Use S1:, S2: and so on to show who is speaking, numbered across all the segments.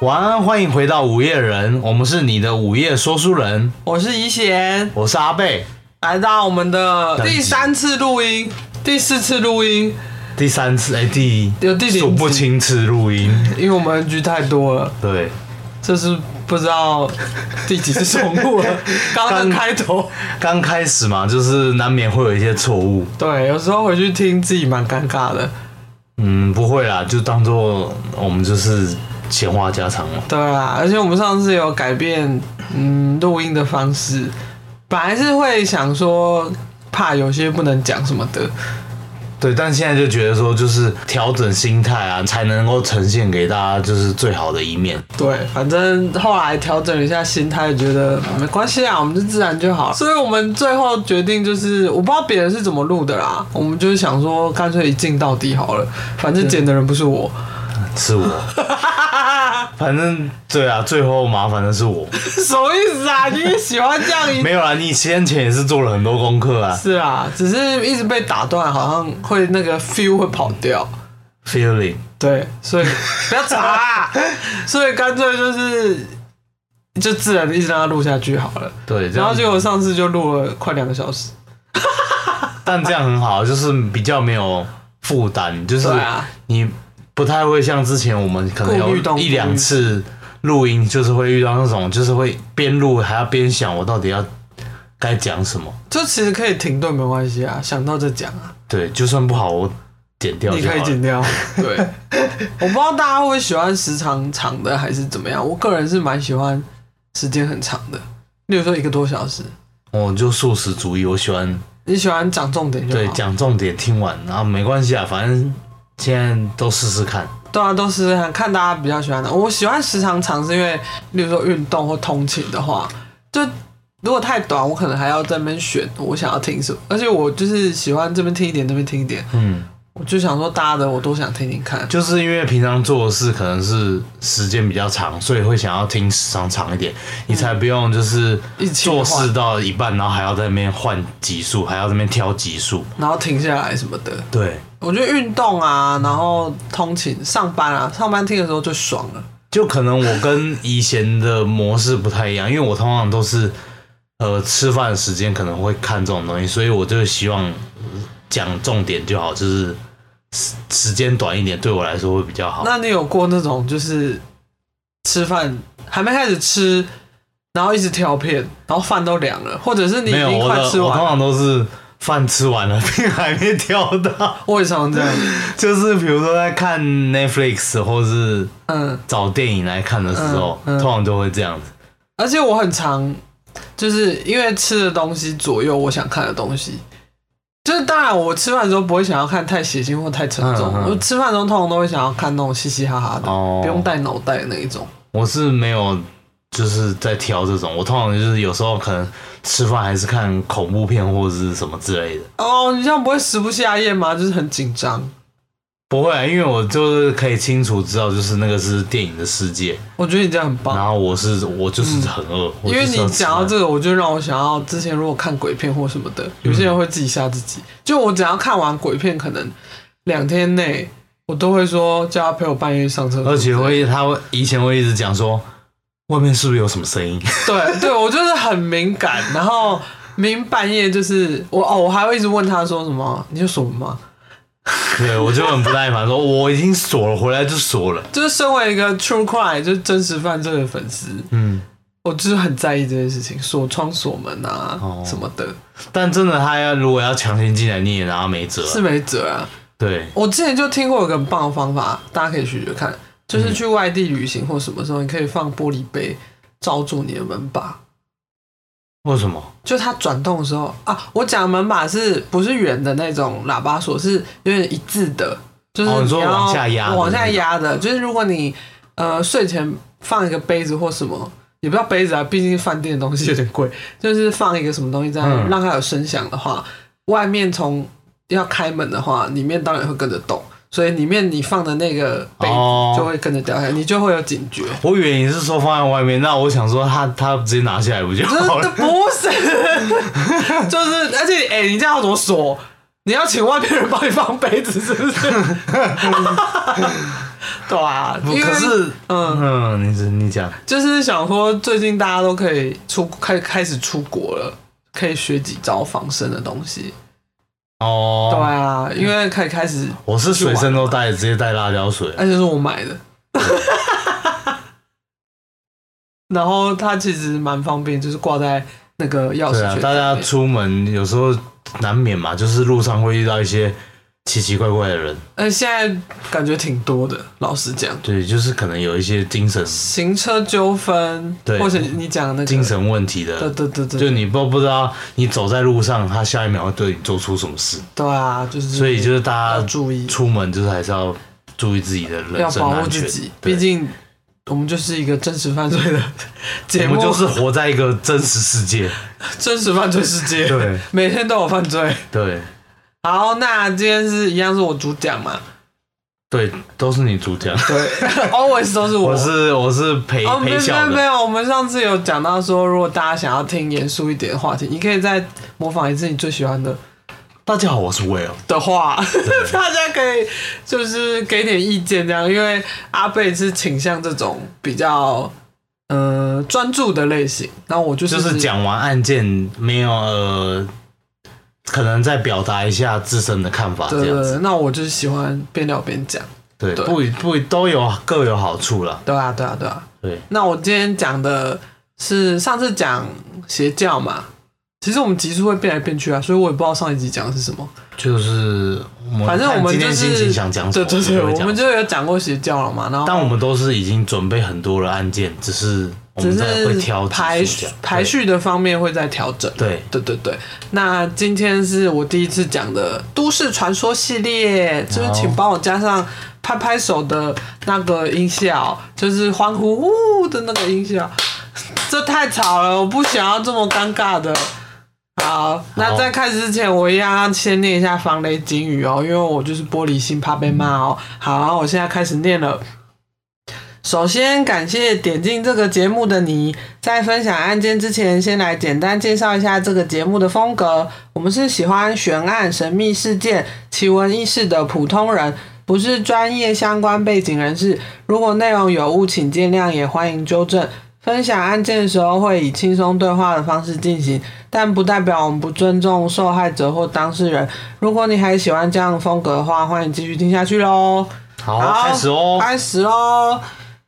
S1: 晚安，欢迎回到午夜人，我们是你的午夜说书人，
S2: 我是怡贤，
S1: 我是阿贝，
S2: 来到我们的第三次录音，第四次录音，
S1: 第三次哎、第
S2: 有第零集
S1: 数不清次录音，
S2: 因为我们 NG 太多了，
S1: 对，
S2: 这是不知道第几次重录了。刚刚开头，
S1: 刚开始嘛，就是难免会有一些错误，
S2: 对，有时候回去听自己蛮尴尬的。
S1: 嗯，不会啦，就当做我们就是闲话家常嘛，
S2: 对啊，而且我们上次有改变，嗯，录音的方式，本来是会想说怕有些不能讲什么的，
S1: 对，但现在就觉得说，就是调整心态啊，才能够呈现给大家就是最好的一面，
S2: 对，反正后来调整一下心态，觉得没关系啊，我们就自然就好。所以我们最后决定就是，我不知道别人是怎么录的啦，我们就是想说，干脆一镜到底好了，反正剪的人不是我。
S1: 是我， 反正对啊，最后麻烦的是我。
S2: 什么意思啊？你也喜欢这样一？
S1: 没有啦，你先前也是做了很多功课啊
S2: 是啊，只是一直被打断，好像会那个 feel 会跑掉。
S1: ，feeling。
S2: 对，所以不要吵啊！所以干脆就是就自然的一直让它录下去好了。
S1: 对，这
S2: 然后
S1: 样
S2: 结果上次就录了快两个小时。
S1: 但这样很好，就是比较没有负担，就是
S2: 对啊
S1: 你不太会像之前我们可能
S2: 顾虑到
S1: 有一两次录音，就是会遇到那种，就是会边录还要边想我到底要该讲什么。
S2: 就其实可以停顿没关系啊，想到再讲啊，
S1: 对，就算不好我剪掉
S2: 你
S1: 就好
S2: 可以
S1: 了。
S2: 剪掉。对， 我不知道大家会不会喜欢时长长的还是怎么样，我个人是蛮喜欢时间很长的，例如说一个多小时。
S1: 我哦就素食主义，我喜欢
S2: 你喜欢讲重点就
S1: 对
S2: 好，
S1: 讲重点，听完然后没关系啊，反正现在都试试看。
S2: 对啊，都是看看大家比较喜欢的。我喜欢时长长是因为，例如说运动或通勤的话，就如果太短，我可能还要在那边选我想要听什么，而且我就是喜欢这边听一点，那边听一点，
S1: 嗯，
S2: 我就想说大家的我都想听听看。
S1: 就是因为平常做的事可能是时间比较长，所以会想要听时长长一点，你才不用就是
S2: 一起
S1: 做
S2: 换
S1: 事到一半，然后还要在那边换级数，还要在那边挑级数。
S2: 然后停下来什么的，
S1: 对，
S2: 我觉得运动啊，然后通勤、上班啊，上班听的时候就爽了。
S1: 就可能我跟以前的模式不太一样，因为我通常都是呃吃饭的时间可能会看这种东西，所以我就希望呃讲重点就好，就是时时间短一点，对我来说会比较好。
S2: 那你有过那种就是吃饭还没开始吃，然后一直挑片，然后饭都凉了，或者是你已
S1: 没有
S2: 经
S1: 我
S2: 快
S1: 的，
S2: 吃
S1: 我
S2: 完
S1: 通
S2: 了？
S1: 常都是饭吃完了， 并还没挑到。
S2: 我也常常 这样，
S1: 就是比如说在看 Netflix 或是
S2: 嗯，
S1: 找电影来看的时候，
S2: 嗯嗯
S1: 通常就会这样子。
S2: 而且我很常就是因为吃的东西左右我想看的东西。就是当然，我吃饭的时候不会想要看太血腥或太沉重。
S1: 嗯嗯
S2: 我吃饭的时候通常都会想要看那种嘻嘻哈哈的，
S1: 哦
S2: 不用带脑袋的那一种。
S1: 我是没有就是在挑这种，我通常就是有时候可能吃饭还是看恐怖片或者是什么之类的。
S2: 哦，你这样不会食不下咽吗？就是很紧张。
S1: 不会、啊，因为我就是可以清楚知道，就是那个是电影的世界，
S2: 我觉得你这样很棒，
S1: 然后我是我就是很饿，我
S2: 哦嗯因
S1: 就
S2: 为
S1: 是要
S2: 你
S1: 吃啊嗯
S2: 讲到
S1: 饭
S2: 这个，我就让我想要之前如果看鬼片或什么的，有些人会自己吓自己。就我只要看完鬼片，可能两天内我都会说叫他陪我半夜上厕所，
S1: 而且会他会以前会一直讲说，外面是不是有什么声音？
S2: 对对，我就是很敏感，然后明半夜就是我哦，我还会一直问他说什么，你就锁门吗？
S1: 对我就很不耐烦，说我已经锁了，回来就锁了。
S2: 就是身为一个 True Crime 就是真实犯罪的粉丝，
S1: 嗯。
S2: 我就是很在意这件事情，锁窗锁门啊、
S1: 哦
S2: 什么的，
S1: 但真的，他要如果要强行进来，你也拿他没辙啊。
S2: 是没辙啊。
S1: 对，
S2: 我之前就听过有个很棒的方法，大家可以学学看，就是去外地旅行或什么时候，你可以放玻璃杯罩住你的门把，
S1: 为什么？
S2: 就它转动的时候啊。我讲的门把是不是圆的那种喇叭锁，是有点一致的，就是
S1: 哦你说
S2: 要
S1: 往下压的
S2: 往下压的。就是如果你呃睡前放一个杯子或什么。也不叫杯子啊，毕竟饭店的东西有点贵。就是放一个什么东西在那里
S1: 嗯
S2: 让它有声响的话，外面从要开门的话，里面当然会跟着动，所以里面你放的那个杯
S1: 哦
S2: 子就会跟着掉下来，你就会有警觉。
S1: 我以为你是说放在外面，那我想说他他直接拿下来不就
S2: 这
S1: 好
S2: 这
S1: 了？
S2: 不是，就是而且哎、你这样要怎么锁？你要请外面人帮你放杯子是不是？ 对啊，
S1: 不
S2: 因为
S1: 可是，
S2: 嗯
S1: 嗯，你你讲，
S2: 就是想说，最近大家都可以出开开始出国了，可以学几招防身的东西。
S1: 哦，
S2: 对啊，因为可以开始，
S1: 我是随身都带，直接带辣椒水。啊
S2: 而且是我买的。 然后它其实蛮方便，就是挂在那个钥匙
S1: 对
S2: 圈
S1: 啊
S2: 上，面。
S1: 大家出门有时候难免嘛，就是路上会遇到一些奇奇怪怪的人，
S2: 呃，现在感觉挺多的，老实讲，
S1: 对，就是可能有一些精神
S2: 行车纠纷，
S1: 对
S2: 或者你讲的那个
S1: 精，神问题
S2: 对
S1: 的，
S2: 对对对，
S1: 就你不不知道你走在路上，他下一秒会对你做出什么事，
S2: 对啊，就是
S1: 所以就是大
S2: 要
S1: 家
S2: 注意，
S1: 出门就是还是要注意自己的人
S2: 要
S1: 身
S2: 保护
S1: 安
S2: 自
S1: 全
S2: 己，，
S1: 对
S2: 毕竟我们就是一个真实犯罪的节
S1: 我
S2: 目，
S1: 们就是活在一个真实世界，
S2: 真实犯罪世界，
S1: 对，
S2: 每天都有犯罪。
S1: 对
S2: 好，那今天是一样是我主讲嘛？
S1: 对，都是你主讲，
S2: 对，always 都是 我。
S1: 我是我是陪
S2: 哦，
S1: 陪
S2: 没有没有
S1: 笑
S2: 没
S1: 的，
S2: 有，我们上次有讲到说，如果大家想要听严肃一点的话题，你可以再模仿一次你最喜欢的
S1: 大家好，我是 Will，
S2: 的话，大家可以就是给点意见这样，因为阿贝是倾向这种比较呃专注的类型，然后我就是
S1: 就是讲完案件没有呃，可能再表达一下自身的看法
S2: 对
S1: 这
S2: 对
S1: 样子，
S2: 对，那我就是喜欢边聊边讲，
S1: 对，
S2: 对
S1: 不一不一都有各有好处啦，
S2: 对啊对啊对啊。
S1: 对，
S2: 那我今天讲的是上次讲邪教嘛，其实我们集数会变来变去啊，所以我也不知道上一集讲的是什么。
S1: 就是我
S2: 反正我们
S1: 看今
S2: 就
S1: 天
S2: 是
S1: 心情想讲什
S2: 对
S1: 么，
S2: 对对，
S1: 就会
S2: 我
S1: 讲
S2: 们就有讲过邪教了嘛，然后
S1: 但我们都是已经准备很多了案件，只是我
S2: 只
S1: 们在会
S2: 是
S1: 挑几
S2: 排
S1: 数讲
S2: 排，序的方面会再调整。
S1: 对对，
S2: 对对对，那今天是我第一次讲的都市传说系列，就是请帮我加上拍拍手的那个音效，就是欢呼呜的那个音效。 这太吵了，我不想要这么尴尬的。好，那在开始之前，我一样要先念一下防雷警语哦，因为我就是玻璃心，怕被骂哦。好，我现在开始念了。首先感谢点进这个节目的你。在分享案件之前，先来简单介绍一下这个节目的风格。我们是喜欢悬案、神秘事件、奇闻异事的普通人，不是专业相关背景人士。如果内容有误，请见谅，也欢迎纠正。分享案件的时候会以轻松对话的方式进行，但不代表我们不尊重受害者或当事人。如果你还喜欢这样的风格的话，欢迎继续听下去喽。
S1: 好，开始哦，
S2: 开始喽！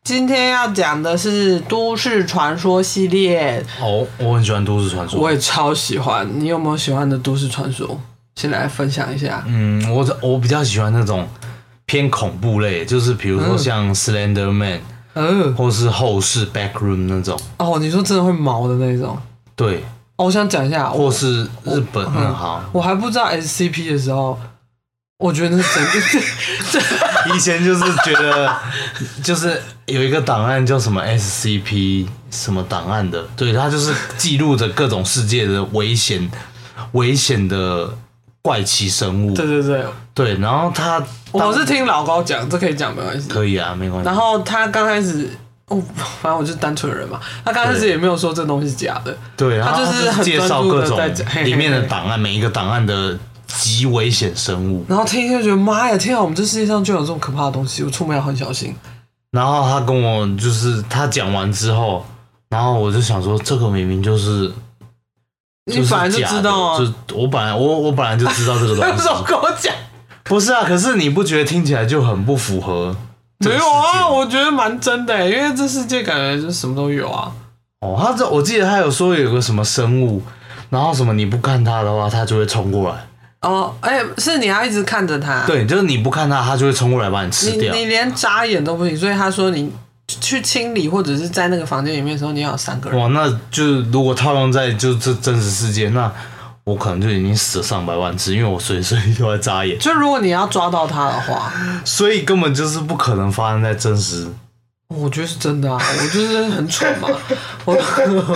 S2: 今天要讲的是都市传说系列，
S1: 哦，我很喜欢都市传说
S2: 我，也超喜欢。你有没有喜欢的都市传说？先来分享一下。
S1: 嗯，我我比较喜欢那种偏恐怖类，就是比如说像 Slender Man
S2: 嗯，
S1: 或是后世 Backroom 那种，
S2: 哦，你说真的会毛的那种。
S1: 对，
S2: 哦，我想讲一下，
S1: 或
S2: 我
S1: 是日本嗯好，
S2: 我还不知道 SCP 的时候，我觉得那是 真的，
S1: 以前就是觉得就是有一个档案叫什么 SCP 什么档案的，对，它就是记录着各种世界的危险危险的怪奇生物，
S2: 对对对，
S1: 对，然后它
S2: 我是听老高讲，这可以讲没关系。
S1: 可以啊，没关系
S2: 然，后他刚开始，哦，反正我就是单纯人嘛，他刚开始
S1: 对
S2: 也没有说这东西是假的。
S1: 对，然
S2: 它
S1: 后
S2: 就是很
S1: 介绍
S2: 专注地
S1: 各种
S2: 在讲嘿嘿嘿
S1: 里面的档案，每一个档案的极危险生物。
S2: 然后听一听就觉得妈呀，天啊，我们这世界上居然有这么可怕的东西，我出门要很小心。
S1: 然后他跟我就是他讲完之后，然后我就想说，这个明明就是
S2: 你本来
S1: 是
S2: 就
S1: 假的
S2: 知道啊，
S1: 就我本来我我本来就知道这个
S2: 为
S1: 东
S2: 什
S1: 西，
S2: 么跟我讲？
S1: 不是啊？可是你不觉得听起来就很不符合？
S2: 没有啊，我觉得蛮真的欸，因为这世界感觉就是什么都有啊。
S1: 哦，他这我记得他有说有个什么生物，然后什么你不看它的话，它就会冲过来。
S2: 哦，哎、是你要一直看着他，
S1: 对，就是你不看它，它就会冲过来把你吃
S2: 你
S1: 掉。
S2: 你连眨眼都不行，所以他说你去清理或者是在那个房间里面的时候，你要有三个人。
S1: 哇，那就是如果套用在就这真实世界，那我可能就已经死了上百万次，因为我随时随地都在眨眼，
S2: 就如果你要抓到他的话，
S1: 所以根本就是不可能发生在真实。
S2: 我觉得是真的啊，我就是很蠢嘛，我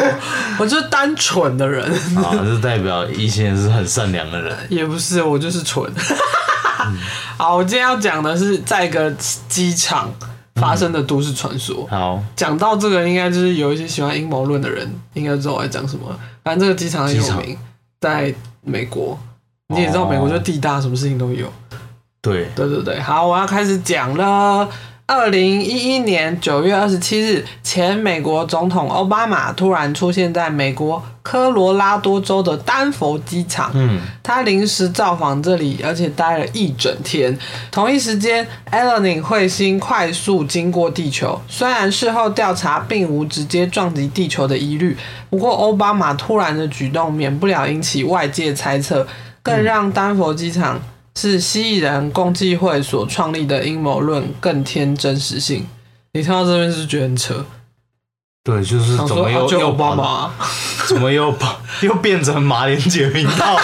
S2: 我就是单纯的人，
S1: 啊，这代表一些人是很善良的人。
S2: 也不是，我就是蠢。 好，我今天要讲的是在一个机场发生的都市传说。
S1: 好，
S2: 讲到这个，应该就是有一些喜欢阴谋论的人应该知道我在讲什么了。反正这个机场很有
S1: 机场
S2: 名，在美国，你也知道
S1: 哦
S2: 美国就地大，什么事情都有。
S1: 对，
S2: 对对对，好，我要开始讲了。二零一一年九月二十七日，前美国总统奥巴马突然出现在美国科罗拉多州的丹佛机场。
S1: 嗯，
S2: 他临时造访这里，而且待了一整天。同一时间 e l e n i 彗星快速经过地球，虽然事后调查并无直接撞击地球的疑虑，不过奥巴马突然的举动免不了引起外界猜测，更让丹佛机场是蜥蜴人共济会所创立的阴谋论更添真实性。你听到这边是不是觉得很扯，
S1: 对，就是
S2: 想
S1: 怎
S2: 说
S1: 么
S2: 啊
S1: 又
S2: 就
S1: 又
S2: 奥巴
S1: 跑
S2: 马
S1: 到，
S2: 啊。
S1: 怎么又跑 又变成马连杰频道？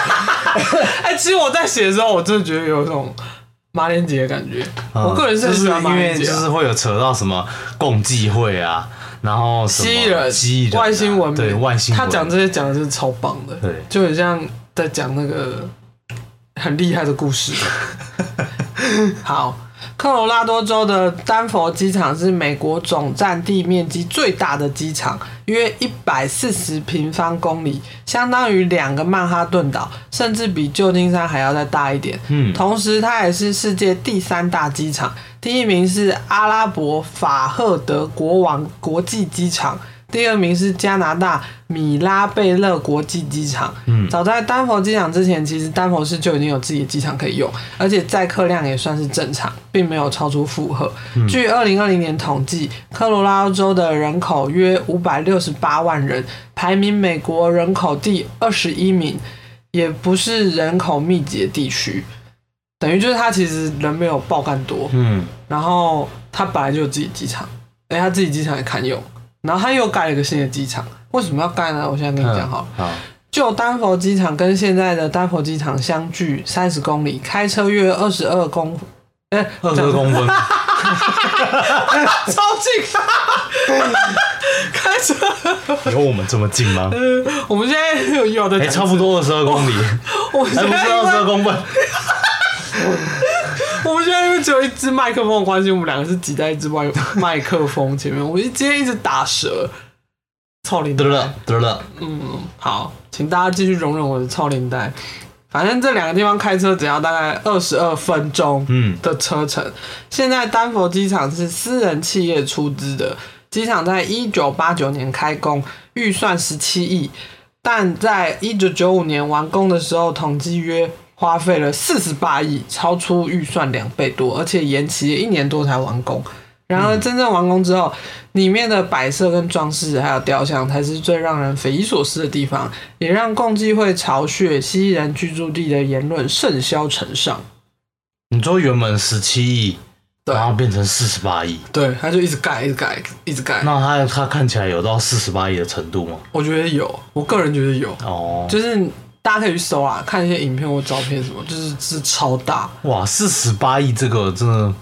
S2: 哎、其实我在写的时候，我真的觉得有一种马连杰的感觉。
S1: 嗯
S2: 我个人是
S1: 就
S2: 很
S1: 是
S2: 喜欢马
S1: 因为
S2: 连杰、
S1: 就
S2: 啊。
S1: 是会有扯到什么共济会啊，然后什么
S2: 蜥蜴人、
S1: 蜥蜴人啊
S2: 外星文明，
S1: 对外星文
S2: 他
S1: 明
S2: 讲这些讲的是超棒的，
S1: 对
S2: 就很像在讲那个很厉害的 故事。好，科罗拉多州的丹佛机场是美国总占地面积最大的机场，约一百四十平方公里，相当于两个曼哈顿岛，甚至比旧金山还要再大一点。
S1: 嗯
S2: 同时它也是世界第三大机场，第一名是阿拉伯法赫德国王国际机场。第二名是加拿大米拉贝勒国际机场。
S1: 嗯
S2: 早在丹佛机场之前，其实丹佛市就已经有自己的机场可以用，而且载客量也算是正常，并没有超出负荷。据二零二零年统计，科罗拉多州的人口约五百六十八万人，排名美国人口第二十一名，也不是人口密集的地区。等于就是它其实人没有爆干多，
S1: 嗯，
S2: 然后他本来就有自己机场，而且他自己机场也堪用，然后他又盖了一个新的机场，为什么要盖呢？我现在跟你讲好了，
S1: 嗯好，
S2: 旧丹佛机场跟现在的丹佛机场相距三十公里，开车约二十二公，呃、
S1: 二十公分，
S2: 超近啊，开车，
S1: 有我们这么近吗？
S2: 我们现在又有的
S1: 哎、差
S2: 讲，
S1: 不多哎二十二 公里，
S2: 我们
S1: 还
S2: 现
S1: 不是
S2: 在因
S1: 二十
S2: 为
S1: 二公分。
S2: 我们现在因为只有一支麦克风的关系，我们两个是挤在一支麦麦克风前面，我一今天一直打舌，操你
S1: 得
S2: 妈！
S1: 了得了，
S2: 好，请大家继续容忍我的超龄带。反正这两个地方开车只要大概二十二分钟
S1: 嗯
S2: 的车程。现在丹佛机场是私人企业出资的，机场在一九八九年开工，预算十七亿，但在一九九五年完工的时候，统计约花费了四十八亿，超出预算两倍多，而且延期一年多才完工。然而，真正完工之后，里面的摆设跟装饰还有雕像才是最让人匪夷所思的地方，也让共济会巢穴蜥蜴人居住地的言论甚嚣尘上。
S1: 你说原本十七亿，
S2: 对
S1: 然后变成四十八亿，
S2: 对，他就一直盖，一直盖，一直盖。
S1: 那它它看起来有到四十八亿的程度吗？
S2: 我觉得有，我个人觉得有，
S1: 哦，
S2: 就是大家可以去搜啊，看一些影片或照片什么，就是是超大。
S1: 哇，四十八亿这个真的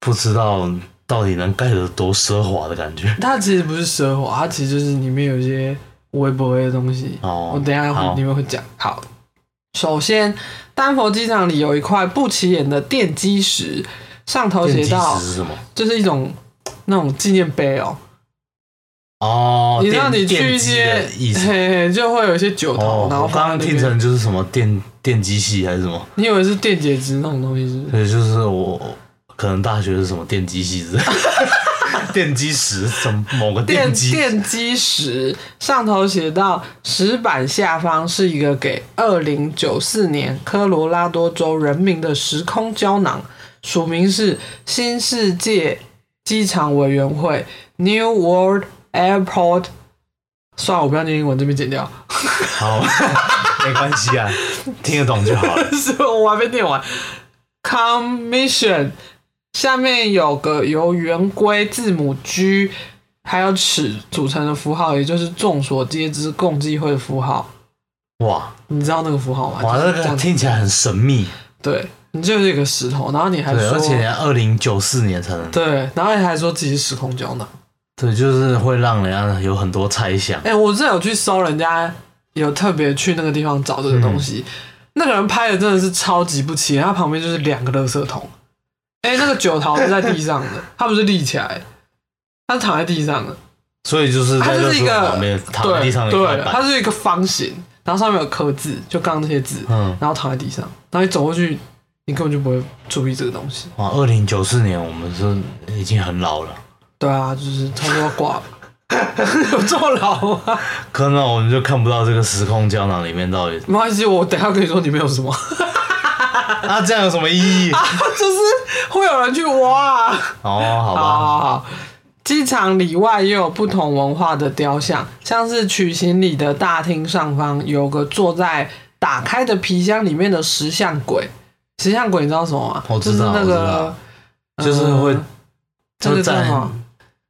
S1: 不知道到底能盖得多奢华的感觉。
S2: 它其实不是奢华，它其实就是里面有一些微博的东西。
S1: 哦
S2: 我等一下
S1: 好
S2: 会里面会讲。好，首先丹佛机场里有一块不起眼的奠基石，上头
S1: 电
S2: 写
S1: 基
S2: 到
S1: 石是什么？
S2: 就是一种那种纪念碑哦、
S1: 哦，
S2: 你知道
S1: 电
S2: 你去一
S1: 电机
S2: 些
S1: 的意思。
S2: 嘿嘿，就会有一些酒头，
S1: 哦，
S2: 然后
S1: 我刚刚
S2: 放在那
S1: 听
S2: 边
S1: 成就是什么电电机系还是什么，
S2: 你以为是电解质那种东西是不是？
S1: 对，就是我可能大学是什么电机系 之类的，电机石什么某个
S2: 电
S1: 电机
S2: 电基石上头写到，石板下方是一个给二零九四年科罗拉多州人民的时空胶囊，署名是新世界机场委员会 （New World Airport）。算了，我不要念英文，这边剪掉。
S1: 好， 没关系啊，听得懂就好了。
S2: 是我还没念完。Commission 下面有个由圆规、字母 G 还有尺组成的符号，也就是众所皆知共济会的符号。
S1: 哇
S2: 你知道那个符号吗？
S1: 哇，
S2: 啊就
S1: 这
S2: 是这
S1: 个
S2: 样
S1: 听起来很神秘，
S2: 对，你就是一个石头，然后你还
S1: 对，
S2: 说
S1: 而且人家二零九四年才能，
S2: 对，然后你还说自己是时空胶囊。
S1: 对，就是会让人家有很多猜想。
S2: 哎、我真的有去搜人家有特别去那个地方找这个东西，
S1: 嗯
S2: 那个人拍的真的是超级不起眼，他旁边就是两个垃圾桶。哎、那个酒桃是在地上的，他不是立起来，他躺在地上的，
S1: 所以就是
S2: 它
S1: 在
S2: 就是一个
S1: 垃圾桶旁边躺在地上的一块
S2: 对，
S1: 板，
S2: 它是一个方形，然后上面有刻字，就刚刚那些字，
S1: 嗯
S2: 然后躺在地上，然后你走过去，你根本就不会注意这个东西。
S1: 哇，二零九四年我们是已经很老了，
S2: 对啊，就是差不多要挂了， 有这么老吗？
S1: 可能我们就看不到这个时空胶囊里面到底
S2: 没关系，我等一下跟你说里面有什么，
S1: 啊，这样有什么意义？
S2: 就是会有人去挖、啊。
S1: 哦，好
S2: 好
S1: 吧，
S2: 好好，机场里外也有不同文化的雕像，像是取行里的大厅上方有个坐在打开的皮箱里面的石像鬼。石像鬼你知道什么吗？
S1: 我知道
S2: 就是那
S1: 我知道
S2: 个
S1: 就是会
S2: 呃这
S1: 就
S2: 个叫
S1: 在
S2: 什么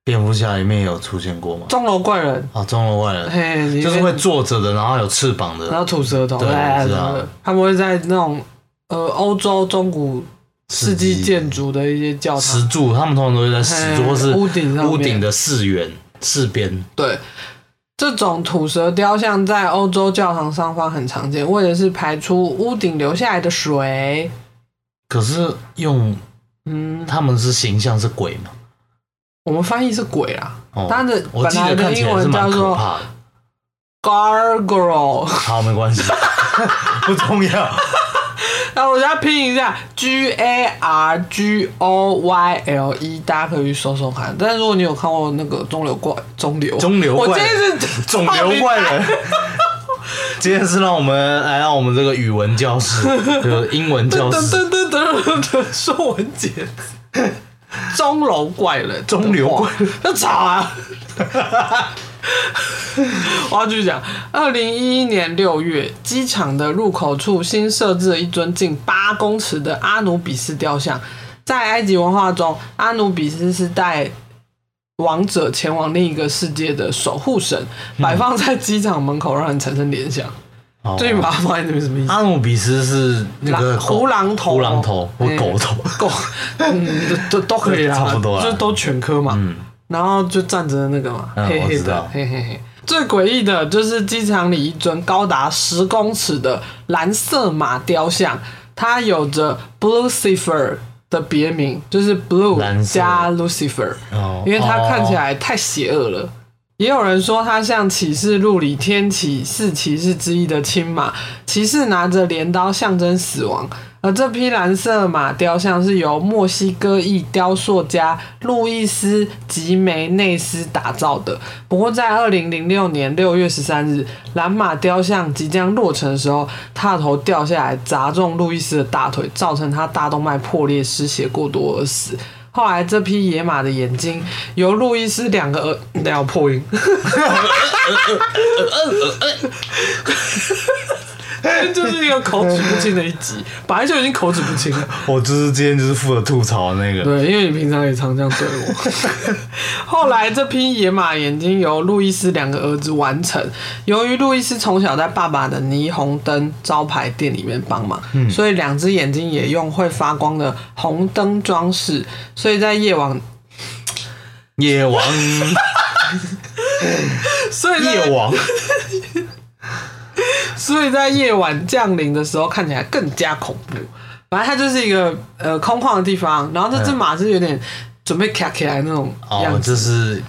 S1: 蝙蝠侠里面有出现过吗？
S2: 钟楼怪人，
S1: 啊，中了外人
S2: 嘿，里面
S1: 就是会坐着的，然后有翅膀
S2: 哎然
S1: 的
S2: 后吐舌头，
S1: 对
S2: 哎
S1: 我知道
S2: 对他们会在那种呃欧洲中古世纪建筑的一些教堂
S1: 石柱，他们通常都会在石柱
S2: 嘿
S1: 或是
S2: 屋顶上面
S1: 屋顶的四圆四边，
S2: 对，这种土蛇雕像在欧洲教堂上方很常见，为的是排出屋顶流下来的水。
S1: 可是用
S2: 嗯，
S1: 他们是形象是鬼嘛？
S2: 我们翻译是鬼啊啦，
S1: 哦，
S2: 它的
S1: 我记得
S2: 本来
S1: 看
S2: 的
S1: 起
S2: 英
S1: 来是
S2: 文
S1: 蛮
S2: 叫
S1: 可
S2: 做
S1: 怕的。
S2: gargoyle，
S1: 好，没关系，不重要。
S2: 那我再拼一下 g a r g o y l e，大家可以去搜搜看。但是如果你有看过那个中流怪中流
S1: 中流
S2: 我
S1: 怪
S2: 今
S1: 人
S2: 天 是
S1: 肿瘤怪人。 今天是让我们来让我们这个语文教 室，就是英文教
S2: 噔
S1: 室，
S2: 噔噔噔噔，说文解字，钟楼怪人，
S1: 钟楼怪
S2: 人，那吵啊！我要继续讲，二零一一年六月，机场的入口处新设置了一尊近八公尺的阿努比斯雕像。在埃及文化中，阿努比斯是带王者前往另一个世界的守护神，摆放在机场门口，让人产生联想。
S1: 哦
S2: 最近把它放在那边什么意思？
S1: 阿努比斯是那个
S2: 狼
S1: 狗
S2: 胡狼头
S1: 胡狼头或
S2: 嗯
S1: 狗头，
S2: 够，嗯，都都都可以啦，
S1: 差不多啦
S2: 就都全科嘛。
S1: 嗯，
S2: 然后就站着那个嘛，
S1: 嗯
S2: 黑
S1: 我
S2: 黑
S1: 知道
S2: 的，黑黑黑。最诡异的就是机场里一尊高达十公尺的蓝色马雕像，它有着 Blucifer 的别名，就是 Blue
S1: 蓝色
S2: 加 Lucifer，
S1: 哦
S2: 因为它看起
S1: 哦
S2: 来太邪恶了。也有人说它像启示录里天启四骑士之一的青马，骑士拿着镰刀象征死亡。而这匹蓝色马雕像是由墨西哥裔雕塑家路易斯·吉梅内斯打造的。不过，在二零零六年六月十三日，蓝马雕像即将落成的时候，踏头掉下来砸中路易斯的大腿，造成他大动脉破裂、失血过多而死。后来，这匹野马的眼睛由路易斯两个耳，等一下我破音，就是一个口齿不清的一集，本来就已经口齿不清了。
S1: 我就是今天就是负责吐槽的那个，
S2: 对，因为你平常也常这样对我。后来这匹野马眼睛由路易斯两个儿子完成。由于路易斯从小在爸爸的霓虹灯招牌店里面帮忙，所以两只眼睛也用会发光的红灯装饰。所以在夜晚，
S1: 夜 王
S2: 所以在
S1: 夜王，
S2: 所以在夜晚降临的时候看起来更加恐怖。反正它就是一个呃空旷的地方，然后这只马是有点准备卡起来那种样
S1: 哦，
S2: 子，
S1: 就是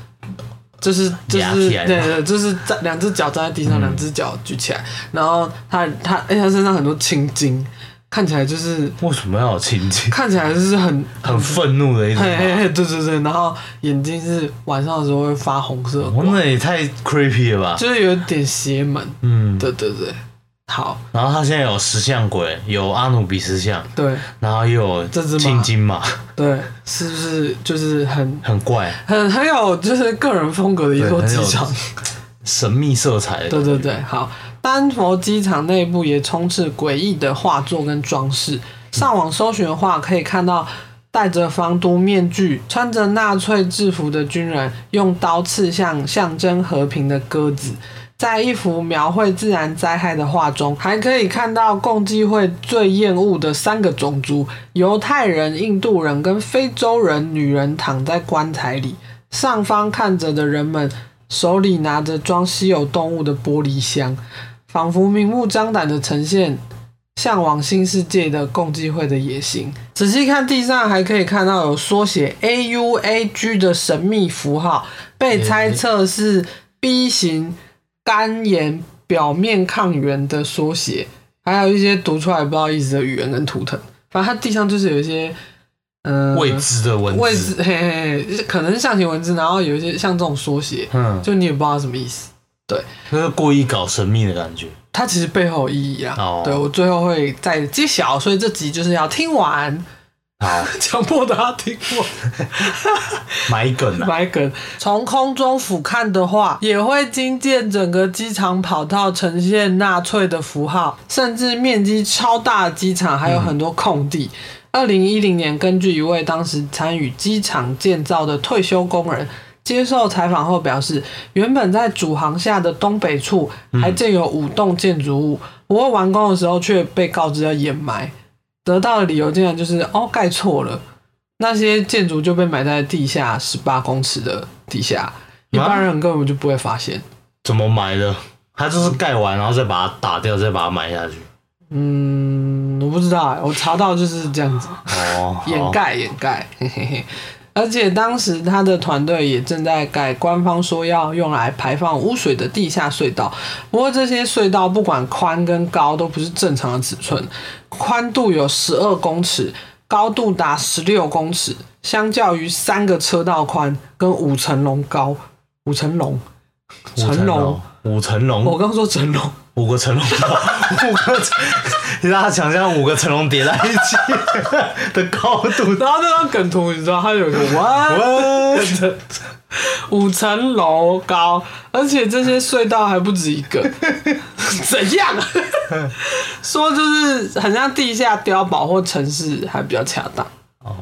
S2: 就是就
S1: 压
S2: 是
S1: 起来
S2: 对对，就是站两只脚站在地上，两只脚举起来，然后它它而且它身上很多青筋，看起来就是
S1: 为什么要有情节？
S2: 看起来就是很
S1: 很愤怒的一种
S2: 嘿。嘿嘿，对对对，然后眼睛是晚上的时候会发红色的
S1: 我
S2: 光，
S1: 那也太 creepy 了吧？
S2: 就是有点邪门，
S1: 嗯，
S2: 对对对，好
S1: 然后他现在有石像鬼，有阿努比斯像，
S2: 对
S1: 然后又有
S2: 这只马
S1: 青金马，
S2: 对，是不是就是很
S1: 很怪，
S2: 很很有就是个人风格的一座
S1: 对很
S2: 机
S1: 有
S2: 场。
S1: 神秘色彩
S2: 对
S1: 的。
S2: 对对，好，丹佛机场内部也充斥诡异的画作跟装饰。上网搜寻的话，可以看到戴着防毒面具、穿着纳粹制服的军人用刀刺向象征和平的鸽子。在一幅描绘自然灾害的画中，还可以看到共济会最厌恶的三个种族：犹太人、印度人跟非洲人。女人躺在棺材里，上方看着的人们手里拿着装稀有动物的玻璃箱，仿佛明目张胆的呈现向往新世界的共济会的野心。仔细看地上，还可以看到有缩写 A U A G 的神秘符号，被猜测是 B 型肝炎表面抗原的缩写，还有一些读出来不知道意思的语言跟图腾。反正它地上就是有一些，嗯、
S1: 未知的文字，
S2: 位置，嘿嘿，嘿可能是象形文字，然后有一些像这种缩写，
S1: 嗯，
S2: 就你也不知道它什么意思。
S1: 就是故意搞神秘的感觉。
S2: 它其实背后有意义啊，
S1: 哦
S2: 对我最后会再揭晓，所以这集就是要听完，
S1: 好，
S2: 强迫大家听完。
S1: 埋梗 啊，
S2: 白梗。从空中俯瞰的话，也会惊见整个机场跑道呈现纳粹的符号，甚至面积超大的机场还有很多空地。二零一零年，根据一位当时参与机场建造的退休工人。接受采访后表示，原本在主航下的东北处还建有五栋建筑物，不过完工的时候却被告知要掩埋，得到的理由竟然就是哦盖错了。那些建筑就被埋在地下十八公尺的地下，一般人根本就不会发现。
S1: 怎么埋的？他就是盖完，然后再把它打掉，再把它埋下去。
S2: 嗯，我不知道欸，我查到就是这样子，
S1: 哦，好
S2: 掩。盖掩盖，嘿嘿嘿。而且当时他的团队也正在盖官方说要用来排放污水的地下隧道，不过这些隧道不管宽跟高都不是正常的尺寸，宽度有十二公尺，高度达十六公尺，相较于三个车道宽跟五层楼高，五层楼。
S1: 五
S2: 成
S1: 层
S2: 龙
S1: 楼，五层
S2: 我
S1: 龙，
S2: 刚说成龙，
S1: 五个 成龙，五个成，你让他想象五个成龙叠在一起的高 度。
S2: 然后那张梗图你知道，它有一个哇， 五层楼高，而且这些隧道还不止一个，怎样？说就是很像地下碉堡或城市还比较恰当，
S1: 哦，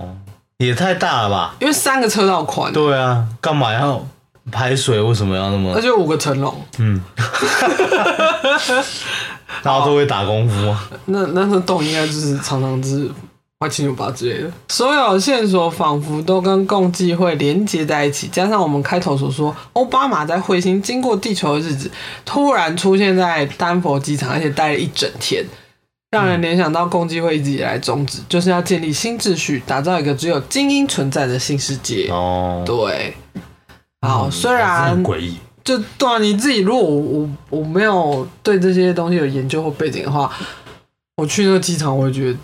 S1: 也太大了吧？
S2: 因为三个车道宽，
S1: 对啊，干嘛要排水？为什么要那
S2: 而
S1: 么？
S2: 且有五个层楼，
S1: 嗯，大家都会打功夫吗？
S2: 那那那洞应该就是常常就是歪七扭八之类的。所有线索仿佛都跟共济会连接在一起，加上我们开头所说，奥巴马在彗星经过地球的日子，突然出现在丹佛机场，而且待了一整天。让
S1: 嗯
S2: 人联想到共济会一直以来宗旨就是要建立新秩序，打造一个只有精英存在的新世界。
S1: 哦，
S2: 对，好，
S1: 嗯
S2: 虽
S1: 还是
S2: 然
S1: 很诡异，
S2: 就对啊，你自己如果我我我没有对这些东西有研究或背景的话，我去那个机场，我也觉得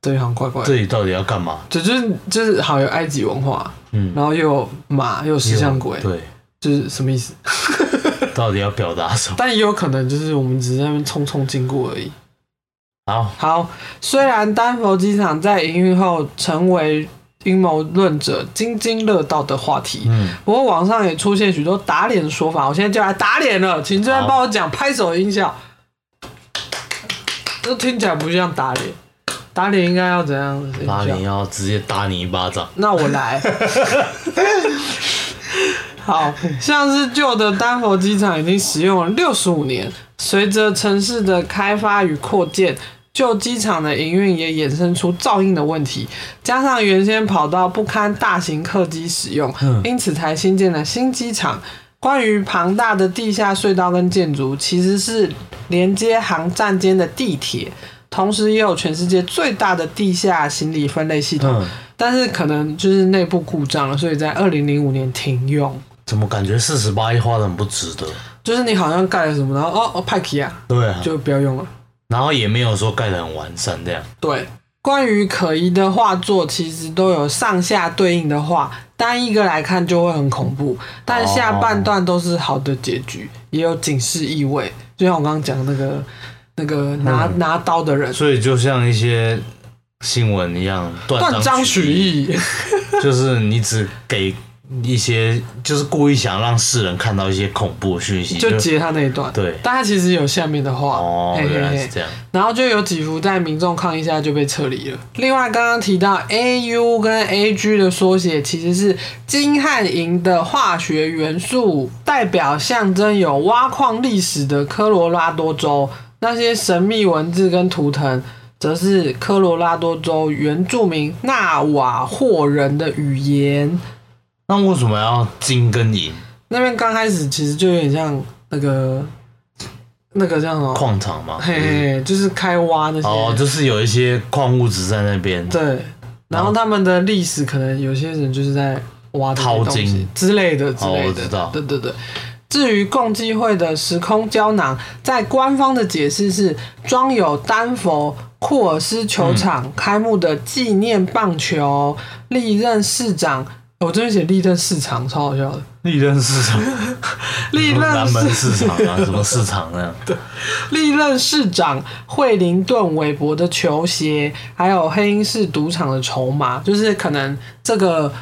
S2: 这一行怪怪的。
S1: 这里到底要干嘛？
S2: 对，就是就是好有埃及文化，
S1: 嗯，
S2: 然后又有马，又有石像鬼，
S1: 对，
S2: 就是什么意思？
S1: 到底要表达 什么？
S2: 但也有可能就是我们只是在那边匆匆经过而已。
S1: 好，
S2: 好，虽然丹佛机场在营运后成为阴谋论者津津乐道的话题，
S1: 嗯，
S2: 不过网上也出现许多打脸的说法，我现在就来打脸了，请这边
S1: 好
S2: 帮我讲拍手音效。这听起来不像打脸，打脸应该要怎样？音
S1: 打
S2: 效
S1: 你要直接打你一巴掌。
S2: 那我来。好像是旧的丹佛机场已经使用了六十五年，随着城市的开发与扩建，旧机场的营运也衍生出噪音的问题，加上原先跑道不堪大型客机使用，因此才新建了新机场。关于庞大的地下隧道跟建筑，其实是连接航站间的地铁，同时也有全世界最大的地下行李分类系统。
S1: 嗯，
S2: 但是可能就是内部故障了，所以在二零零五年停用。
S1: 怎么感觉四十八亿花的很不值得？
S2: 就是你好像盖了什么，然后哦哦派克啊，
S1: 对啊，
S2: 就不要用了。
S1: 然后也没有说盖的很完善这样。
S2: 对，关于可疑的画作，其实都有上下对应的画，单一个来看就会很恐怖，但下半段都是好的结局，
S1: 哦
S2: 也有警示意味。就像我刚刚讲的那个那个
S1: 嗯
S2: 拿、拿刀的人
S1: 所以就像一些新闻一样，
S2: 断
S1: 断
S2: 章
S1: 章
S2: 取
S1: 取义，
S2: 义，
S1: 就是你只给一些，就是故意想让世人看到一些恐怖讯息，
S2: 就截他那一段。
S1: 对
S2: 但他其实有下面的话，
S1: 哦，
S2: 嘿嘿
S1: 原来
S2: 嘿
S1: 是这样，
S2: 然后就有几幅在民众抗议下就被撤离了。另外，刚刚提到 AU 跟 AG 的缩写其实是金汉银的化学元素，代表象征有挖矿历史的科罗拉多州。那些神秘文字跟图腾，则是科罗拉多州原住民纳瓦霍人的语言。
S1: 那为什么要金跟银
S2: 那边刚开始其实就有点像那个那个叫什么？
S1: 矿场吗？
S2: 嘿嘿，嘿就是开挖那些。
S1: 哦，就是有一些矿物质在那边，
S2: 对，然后他们的历史可能有些人就是在挖这些
S1: 淘
S2: 东西
S1: 金
S2: 之类的之
S1: 哦
S2: 类
S1: 我
S2: 的，
S1: 知道
S2: 对对对。至于共济会的时空胶囊，在官方的解释是装有丹佛库尔斯球场开幕的纪念棒球，历任市长，我这边写历任市长，超好笑的。
S1: 历任市 场，
S2: 历任
S1: 南门
S2: 市
S1: 市场啊，什么市场 那样，
S2: 历任市长惠灵顿韦伯的球鞋，还有黑鹰市赌场的筹码，就是可能这个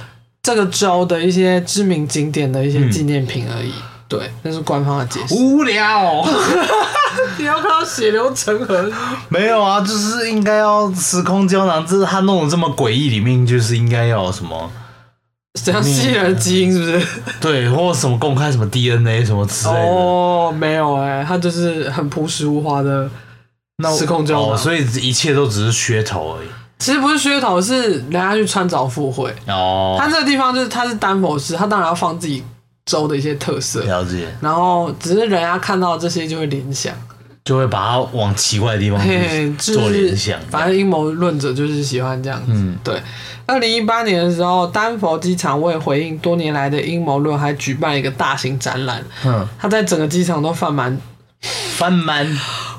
S2: 这个州的一些知名景点的一些纪念品而已。对，那是官方的解释。
S1: 无聊、
S2: 你要看到血流成河，
S1: 没有啊，就是应该要时空胶囊，这是他弄得这么诡异，里面就是应该要有什么
S2: 怎样吸人基因是不是？
S1: 对，或什么公开什么 DNA 什么之类的。
S2: 哦，没有哎、它就是很朴实无华的。
S1: 那
S2: 时空胶囊
S1: 哦，所以一切都只是噱头而已。
S2: 其实不是噱头，是人家去穿凿附会。
S1: 哦，
S2: 它这个地方就是它是丹佛市，它当然要放自己州的一些特色。
S1: 了解，
S2: 然后只是人家看到这些就会联想，
S1: 就会把它往奇怪的地方去，
S2: 嘿就是
S1: 嗯做联想。
S2: 反正阴谋论者就是喜欢这样子。
S1: 嗯
S2: 对。二零一八年的时候，丹佛机场为回应多年来的阴谋论，还举办一个大型展览。
S1: 嗯，
S2: 他在整个机场都放满，
S1: 翻满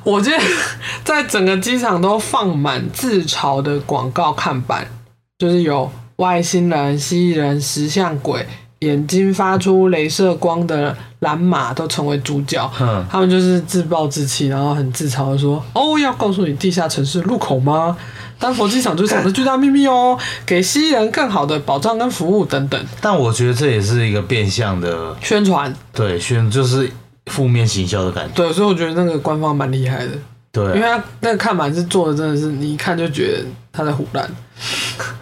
S2: 我记得在整个机场都放满自嘲的广告看板，就是有外星人、蜥蜴人、石像鬼、眼睛发出镭射光的蓝马都成为主角。
S1: 嗯
S2: 他们就是自暴自弃，然后很自嘲的说：“哦，要告诉你地下城市入口吗？丹佛机场就是我们的巨大秘密哦， 给西人更好的保障跟服务等等
S1: 但我觉得这也是一个变相的
S2: 宣传。
S1: 对宣，就是负面行销的感”觉。
S2: 对，所以我觉得那个官方蛮厉害的，因为
S1: 对啊，
S2: 他那个看板是做的真的是你一看就觉得他在胡乱，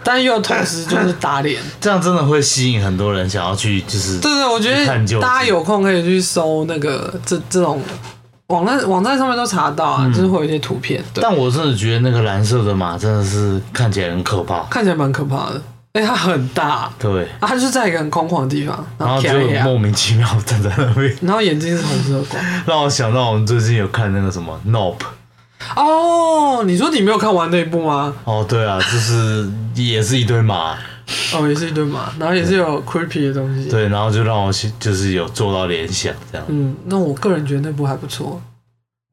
S2: 但又同时就是打脸。
S1: 这样真的会吸引很多人想要去，就是
S2: 对对，我觉
S1: 一看就
S2: 得
S1: 知
S2: 大家有空可以去搜那个这这种网站网站上面都查得到
S1: 嗯
S2: 啊，就是会有一些图片。对。
S1: 但我真的觉得那个蓝色的马真的是看起来很可怕。
S2: 看起来蛮可怕的。哎、它很大，
S1: 对，
S2: 它就在一个很空旷的地方，
S1: 然
S2: 然后
S1: 后就
S2: 啪一下
S1: 莫名其妙站在那边，
S2: 然后眼睛是红色的光。
S1: 让我想到我们最近有看那个什么《Nope》。
S2: 哦，你说你没有看完那一部吗？
S1: 哦，对啊，就是也是一堆马，
S2: 哦，也是一对嘛，然后也是有 creepy 的东西。，
S1: 对，然后就让我去就是有做到联想这样。
S2: 嗯，那我个人觉得那部还不错，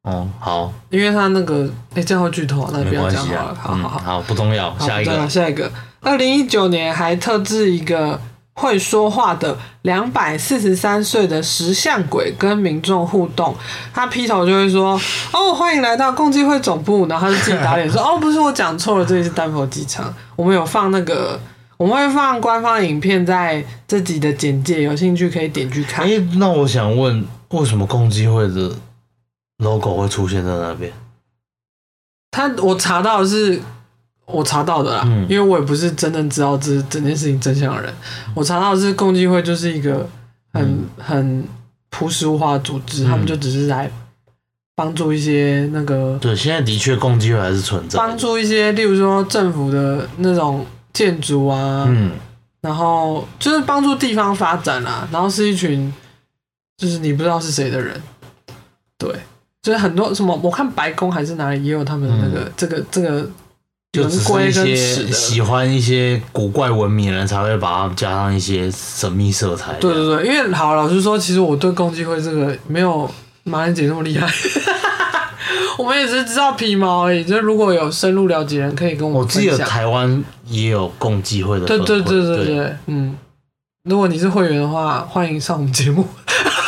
S1: 哦，好，
S2: 因为它那个，哎、这样会剧透嗯啊，那
S1: 没
S2: 不要
S1: 关
S2: 讲
S1: 系
S2: 好
S1: 啊
S2: 了，，好
S1: 嗯，
S2: 好好。
S1: 好，不重要，
S2: 好
S1: 下一
S2: 再来
S1: 个，
S2: 下一个。二零一九年还特制一个会说话的两百四十三岁的石像鬼跟民众互动，他劈头就会说：“哦，欢迎来到共济会总部。”然后他就自己打脸说：“哦，不是我讲错了，这里是丹佛机场。”我们有放那个，我们会放官方影片在这集的简介，有兴趣可以点去看。
S1: 哎，那我想问，为什么共济会的 logo 会出现在那边？
S2: 他我查到的是，我查到的啦，
S1: 嗯
S2: 因为我也不是真正知道这整件事情真相的人。我查到的是共济会就是一个很、很朴实无华的组织，
S1: 嗯
S2: 他们就只是来帮助一些那个
S1: 对，现在的确共济会还是存在的，
S2: 帮助一些，例如说政府的那种建筑啊，
S1: 嗯，
S2: 然后就是帮助地方发展啊，然后是一群就是你不知道是谁的人，对，就是很多什么，我看白宫还是哪里也有他们的那
S1: 嗯
S2: 个、这个这个
S1: 就只
S2: 轮
S1: 是
S2: 规
S1: 一
S2: 跟尺
S1: 些喜
S2: 的。
S1: 欢一些古怪文明的人才会把它加上一些神秘色彩。
S2: 对对对，因为好老实说，其实我对共济会这个没有马兰姐那么厉害， 我们也只是知道皮毛而已。就是如果有深入了解的人，可以跟
S1: 我
S2: 我们
S1: 记
S2: 分
S1: 得
S2: 享。
S1: 台湾也有共济会的分
S2: 对
S1: 会，
S2: 对对对
S1: 对
S2: 对，嗯，如果你是会员的话，欢迎上我们节目，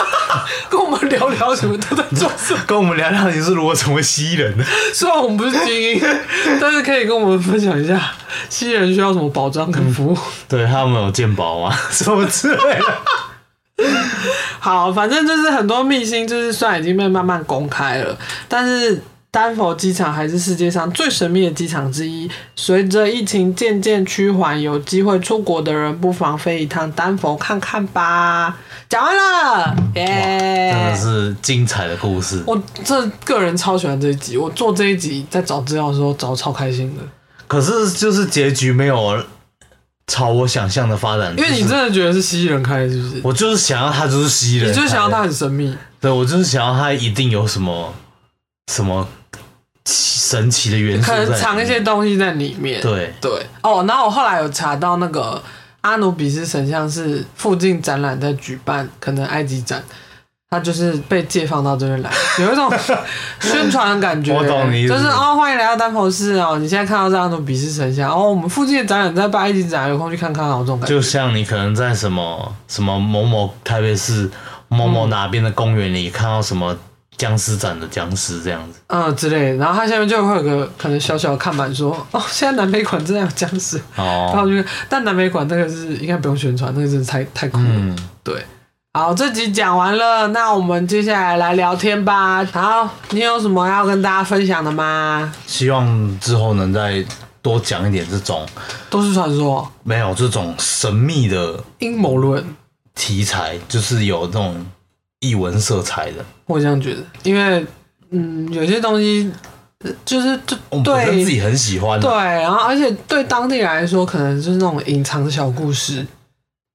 S2: 跟我们聊聊你们都在做什么。
S1: 跟我们聊聊你是如何成为蜥蜴人的。
S2: 虽然我们不是精英， 但是可以跟我们分享一下新人需要什么保障跟服务。
S1: 对他们有鉴宝吗？什么之类的？
S2: 好，反正就是很多秘辛，就是虽然已经被慢慢公开了，但是丹佛机场还是世界上最神秘的机场之一。随着疫情渐渐趋缓，有机会出国的人不妨飞一趟丹佛看看吧。讲完了，耶、
S1: 真的是精彩的故事。
S2: 我这个人超喜欢这一集，我做这一集在找资料的时候找得超开心的，
S1: 可是就是结局没有朝我想象的发展，
S2: 因为你
S1: 就是
S2: 真的觉得是蜥蜴人开的，是不是？
S1: 我就是想要他就是蜥蜴人，
S2: 你就是想要它，很神秘，
S1: 对我就是想要他一定有什么什么奇神奇的元素
S2: 可
S1: 在里面，
S2: 能藏一些东西在里面。
S1: 对
S2: 对哦，然后我后来有查到那个阿努比斯神像是附近展览在举办，可能埃及展，他就是被借放到这边来，有 一种宣传的感觉。
S1: 我懂你意思
S2: 就是哦，欢迎来到丹佛市哦，你现在看到这样的比视城乡，哦，我们附近的展览在办，一级展览有空去看看哦，这种感觉。
S1: 就像你可能在什么什么某某台北市某某哪边的公园里看到什么僵尸展的僵尸这样子，
S2: 嗯之类的，然后它下面就会有个可能小小的看板说，哦，现在南北馆真的有僵尸，然后
S1: 哦，
S2: 就但南北馆那个是应该不用宣传，那个真的太太酷了。
S1: 嗯，
S2: 对，好，这集讲完了，那我们接下来来聊天吧。好，你有什么要跟大家分享的吗？
S1: 希望之后能再多讲一点这种
S2: 都市传说、
S1: 没有这种神秘的
S2: 阴谋论，
S1: 题材，就是有这种异文色彩的。
S2: 我这样觉得，因为嗯，有些东西呃就是就
S1: 我们本身自
S2: 对
S1: 己很喜欢
S2: 对，
S1: 的，
S2: 然后而且对当地来说，可能就是那种隐藏的小故事，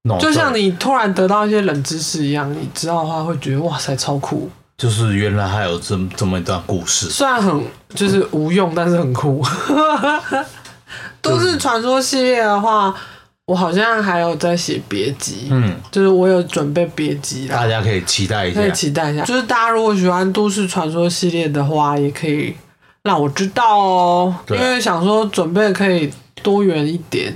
S1: 那种
S2: 就像
S1: 哦对
S2: 你突然得到一些冷知识一样，你知道的话会觉得哇塞超酷，
S1: 就是原来还有这么这么一段故事，
S2: 虽然很就是无用，但是很酷。 都市传说系列的话，我好像还有在写别集，
S1: 嗯，
S2: 就是我有准备别集啦
S1: 大，家可以期待一下
S2: 可以。期待一下。就是大家如果喜欢都市传说系列的话，也可以让我知道哦，
S1: 对啊
S2: 因为想说准备可以多元一点。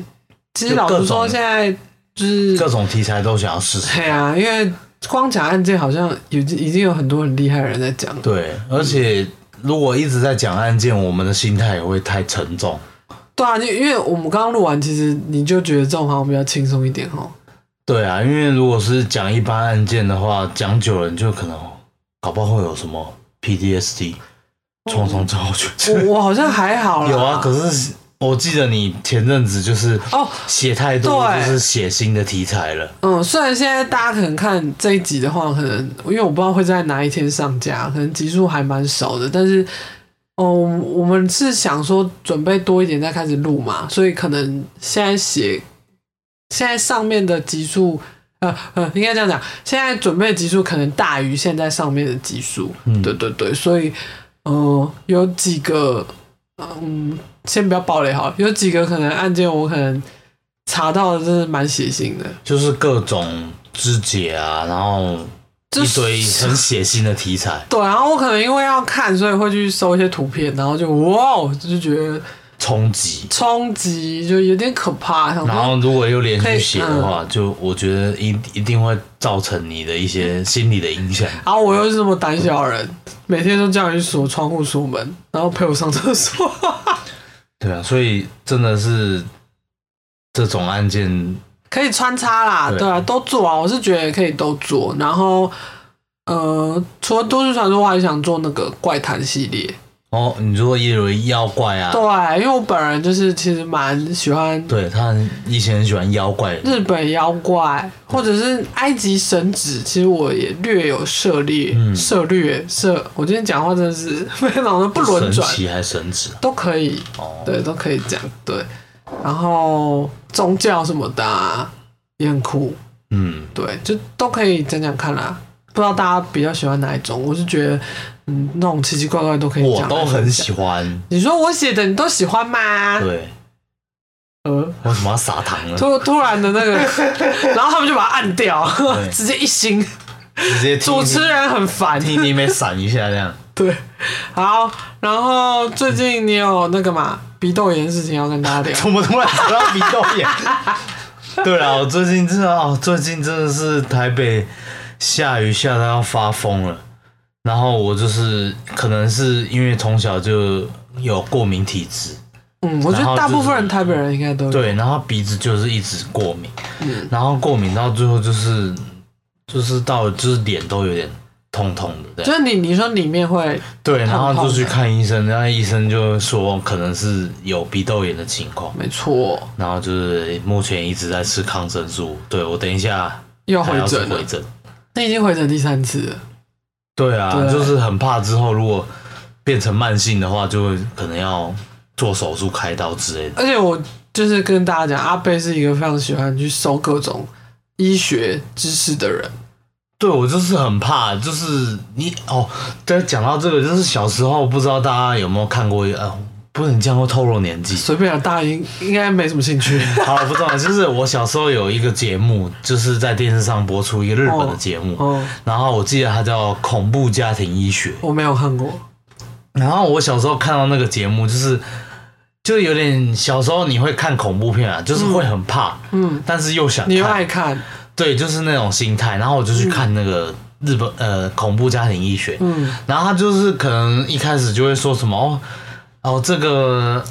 S2: 其实
S1: 就
S2: 老
S1: 各
S2: 实说，
S1: 种
S2: 现在就是
S1: 各种题材都想要试试，
S2: 对啊，因为光讲案件好像已经已经有很多很厉害的人在讲了。
S1: 对，而且如果一直在讲案件，我们的心态也会太沉重。
S2: 对啊，你因为我们刚刚录完，其实你就觉得这种好像比较轻松一点哦。
S1: 对啊，因为如果是讲一般案件的话，讲久了你就可能搞不好会有什么 PTSD，创伤症候群。
S2: 我我好像还好啦。
S1: 有啊，可是我记得你前阵子就是
S2: 哦，
S1: 写太多
S2: 对
S1: 就是血腥的题材了，
S2: 嗯，虽然现在大家可能看这一集的话，可能因为我不知道会在哪一天上架，可能集数还蛮少的，但是哦，我们是想说准备多一点再开始录嘛，所以可能现在写现在上面的集数。呃呃，应该这样讲，现在准备的集数可能大于现在上面的集数，
S1: 嗯
S2: 对对对，所以，呃，有几个，嗯，先不要暴雷好了，有几个可能案件我可能查到的真的蛮血腥的，
S1: 就是各种肢解啊，然后
S2: 就
S1: 一
S2: 是
S1: 堆很血腥的题材，
S2: 对，然后我可能因为要看，所以会去搜一些图片，然后就哇哦，就觉得
S1: 冲击。
S2: 冲击就有点可怕，想
S1: 然
S2: 说
S1: 后如果又连
S2: 可
S1: 续
S2: 以
S1: 写的
S2: 嗯
S1: 话，就我觉得一一定会造成你的一些心理的影响。
S2: 然后我又是这么胆小的人，每天都叫你去锁窗户、锁门，然后陪我上厕所。
S1: 对啊，所以真的是这种案件，
S2: 可以穿插啦，
S1: 对
S2: 对啊，都做啊，我是觉得可以都做。然后，呃，除了都市传说，我还想做那个怪谈系列。
S1: 哦，你说也有妖怪啊，
S2: 对，因为我本人就是其实蛮喜欢
S1: 对他很以前很喜欢妖怪，
S2: 日本妖怪，或者是埃及神祇，其实我也略有涉猎、
S1: 嗯
S2: 涉略、涉。我今天讲话真的是 非常的不轮
S1: 神
S2: 转，
S1: 奇还神奇啊
S2: 都可以，
S1: 哦，
S2: 对，都可以讲，对。然后宗教什么的啊、也很酷，
S1: 嗯，
S2: 对，就都可以讲讲看啦。不知道大家比较喜欢哪一种？我是觉得，嗯，那种奇奇怪怪都可以
S1: 我
S2: 讲。
S1: 都很喜欢，
S2: 你说我写的你都喜欢吗？
S1: 对，
S2: 啊呃，
S1: 为什么要撒糖呢？
S2: 突突然的那个， 然后他们就把它按掉，
S1: 对
S2: 直接一星。
S1: 直接
S2: 主持人很烦。
S1: 听你妹闪一下这样，
S2: 对，好，然后最近你有那个嘛鼻窦炎事情要跟大家 聊，
S1: 怎么突然扯到鼻窦 炎？对啊，我最近真的哦，最近真的是台北下雨下到要发疯了。然后我就是可能是因为从小就有过敏体质，
S2: 嗯，我觉
S1: 然后
S2: 得
S1: 就是
S2: 大部分人台北人应该都有，
S1: 对，然后鼻子就是一直过敏，
S2: 嗯
S1: 然后过敏到最后就是就是到就是脸都有点痛痛的这样。
S2: 就是你你说里面会，
S1: 对，然后
S2: 痛
S1: 就
S2: 痛
S1: 去
S2: 的
S1: 看医生，然后医生就说可能是有鼻窦炎的情况。
S2: 没错，
S1: 然后就是目前一直在吃抗生素。对我等一下
S2: 又
S1: 还
S2: 回
S1: 要去
S2: 诊
S1: 回
S2: 了，
S1: 诊。
S2: 那已经回诊第三次了，
S1: 对啊，
S2: 对
S1: 就是很怕之后如果变成慢性的话，就会可能要做手术、开刀之类的。
S2: 而且我就是跟大家讲，阿贝是一个非常喜欢去搜各种医学知识的人，
S1: 对我就是很怕，就是你哦，对，讲到这个，就是小时候不知道大家有没有看过，呃，不能这样会透露年纪。
S2: 随便啊，大英应该没什么兴 趣。
S1: 好，我不知道，就是我小时候有一个节目，就是在电视上播出一个日本的节目，
S2: 哦哦
S1: 然后我记得它叫《恐怖家庭医学》。
S2: 我没有看过，
S1: 然后我小时候看到那个节目，就是就有点小时候你会看恐怖片啊，就是会很怕，嗯，但是又想
S2: 你又
S1: 看
S2: 爱看，
S1: 对，就是那种心态。然后我就去看那个日本、呃恐怖家庭医学，
S2: 嗯，
S1: 然后他就是可能一开始就会说什么哦哦这个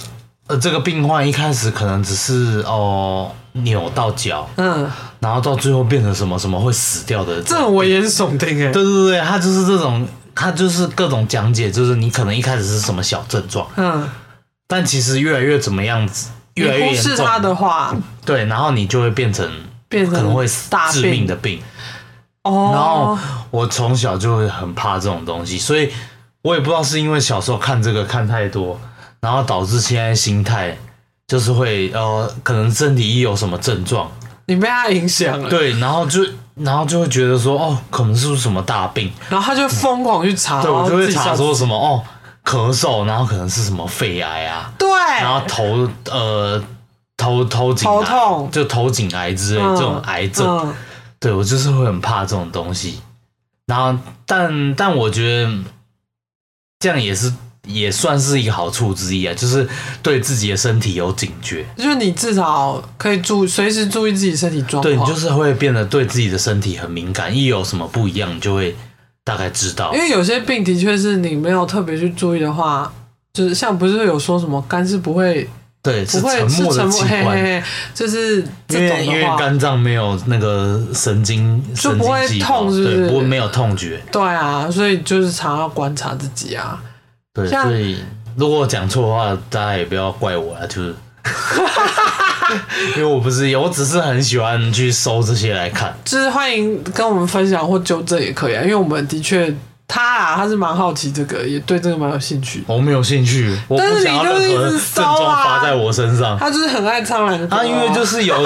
S1: 呃这个病患一开始可能只是哦扭到脚，
S2: 嗯，
S1: 然后到最后变成什么什么会死掉的
S2: 这种危言耸听哎、
S1: 对对对，他就是这种，他就是各种讲解，就是你可能一开始是什么小症状，
S2: 嗯，
S1: 但其实越来越怎么样子，越来
S2: 你
S1: 越
S2: 忽
S1: 严
S2: 视
S1: 重，
S2: 他的话，
S1: 对，然后你就会变成
S2: 变成
S1: 可能会
S2: 大
S1: 致
S2: 病
S1: 命的病。然后
S2: 哦，
S1: 我从小就会很怕这种东西，所以我也不知道是因为小时候看这个看太多，然后导致现在心态就是会呃，可能身体一有什么症状，
S2: 你被他影响了，
S1: 对，然后就然后就会觉得说哦，可能是不是什么大病，
S2: 然后他就疯狂去查，
S1: 对
S2: 然
S1: 我
S2: 后
S1: 就
S2: 自
S1: 会
S2: 己
S1: 查
S2: 想
S1: 说什么哦，咳嗽，然后可能是什么肺癌啊，
S2: 对，
S1: 然后头呃头头颈
S2: 哎头
S1: 癌
S2: 痛
S1: 就头颈癌之类、
S2: 嗯
S1: 这种癌症，
S2: 嗯
S1: 对我就是会很怕这种东西。然后，但但我觉得这样也是也算是一个好处之一啊，就是对自己的身体有警觉，
S2: 就是你至少可以注随时注意自己身体状况，
S1: 对你就是会变得对自己的身体很敏感，一有什么不一样，你就会大概知道
S2: 因。为有些病的确是你没有特别去注意的话，就是像不是有说什么肝是不会
S1: 对，
S2: 不
S1: 是
S2: 会
S1: 沉
S2: 是
S1: 默的
S2: 沉默，
S1: 器
S2: 嘿嘿
S1: 官。
S2: 嘿，就是
S1: 因
S2: 这
S1: 为因
S2: 种
S1: 为
S2: 的话，
S1: 肝脏没有那个神经，
S2: 就
S1: 神
S2: 不会
S1: 经细胞
S2: 痛是不是
S1: 对，不会没有痛觉，
S2: 对啊，所以就是常要观察自己啊。
S1: 对，
S2: 像
S1: 所以如果我讲错的话，大家也不要怪我啊，就是 因为我不是有，我只是很喜欢去搜这些来看。
S2: 就是欢迎跟我们分享或纠正也可以啊，因为我们的确他啊，他是蛮好奇这个，也对这个蛮有兴趣。
S1: 我没有兴趣，我
S2: 但
S1: 不
S2: 是
S1: 想要任
S2: 你就是
S1: 何
S2: 一直
S1: 症
S2: 搜啊
S1: 状发在我身上。
S2: 他就是很爱苍兰歌、
S1: 啊，因为就是有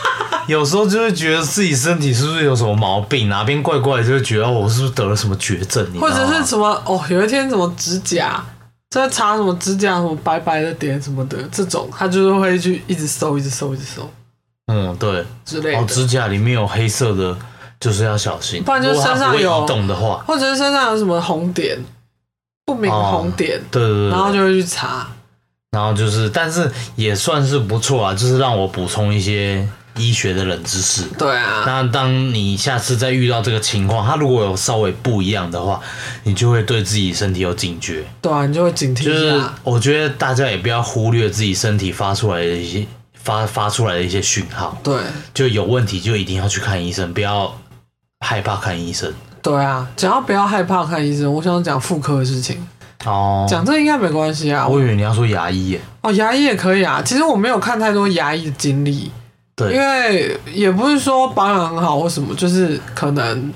S1: 有时候就会觉得自己身体是不是有什么毛病，哪边怪怪的，就会觉得哦我是不是得了什么绝症，你知道
S2: 或者
S1: 吗
S2: 是什么哦，有一天什么指甲，在查什么指甲什么白白的点什么的这种，他就是会去一直搜，一直搜，一直搜
S1: 嗯对，
S2: 之类
S1: 哦，
S2: 的。
S1: 指甲里面有黑色的，就是要小心。
S2: 不然就是
S1: 如果它
S2: 身上
S1: 不会
S2: 有
S1: 移动的话，
S2: 或者是身上有什么红点，不明红点，
S1: 对对对，
S2: 然后就会去查。
S1: 然后就是，但是也算是不错啊，就是让我补充一些医学的冷知识。
S2: 对啊，
S1: 那当你下次再遇到这个情况，它如果有稍微不一样的话，你就会对自己身体有警觉。
S2: 对啊，你就会警惕
S1: 就
S2: 一
S1: 是
S2: 下。
S1: 我觉得大家也不要忽略自己身体发出来的一些发发出来的一些讯号，
S2: 对
S1: 就有问题就一定要去看医生，不要害怕看医生。
S2: 对啊，只要不要害怕看医生。我想讲妇科的事情，
S1: 哦，
S2: 讲这个应该没关系啊。
S1: 我以为你要说牙医耶，
S2: 哦，牙医也可以啊。其实我没有看太多牙医的经历，因
S1: 对，
S2: 为也不是说保养很好或什么，就是可能，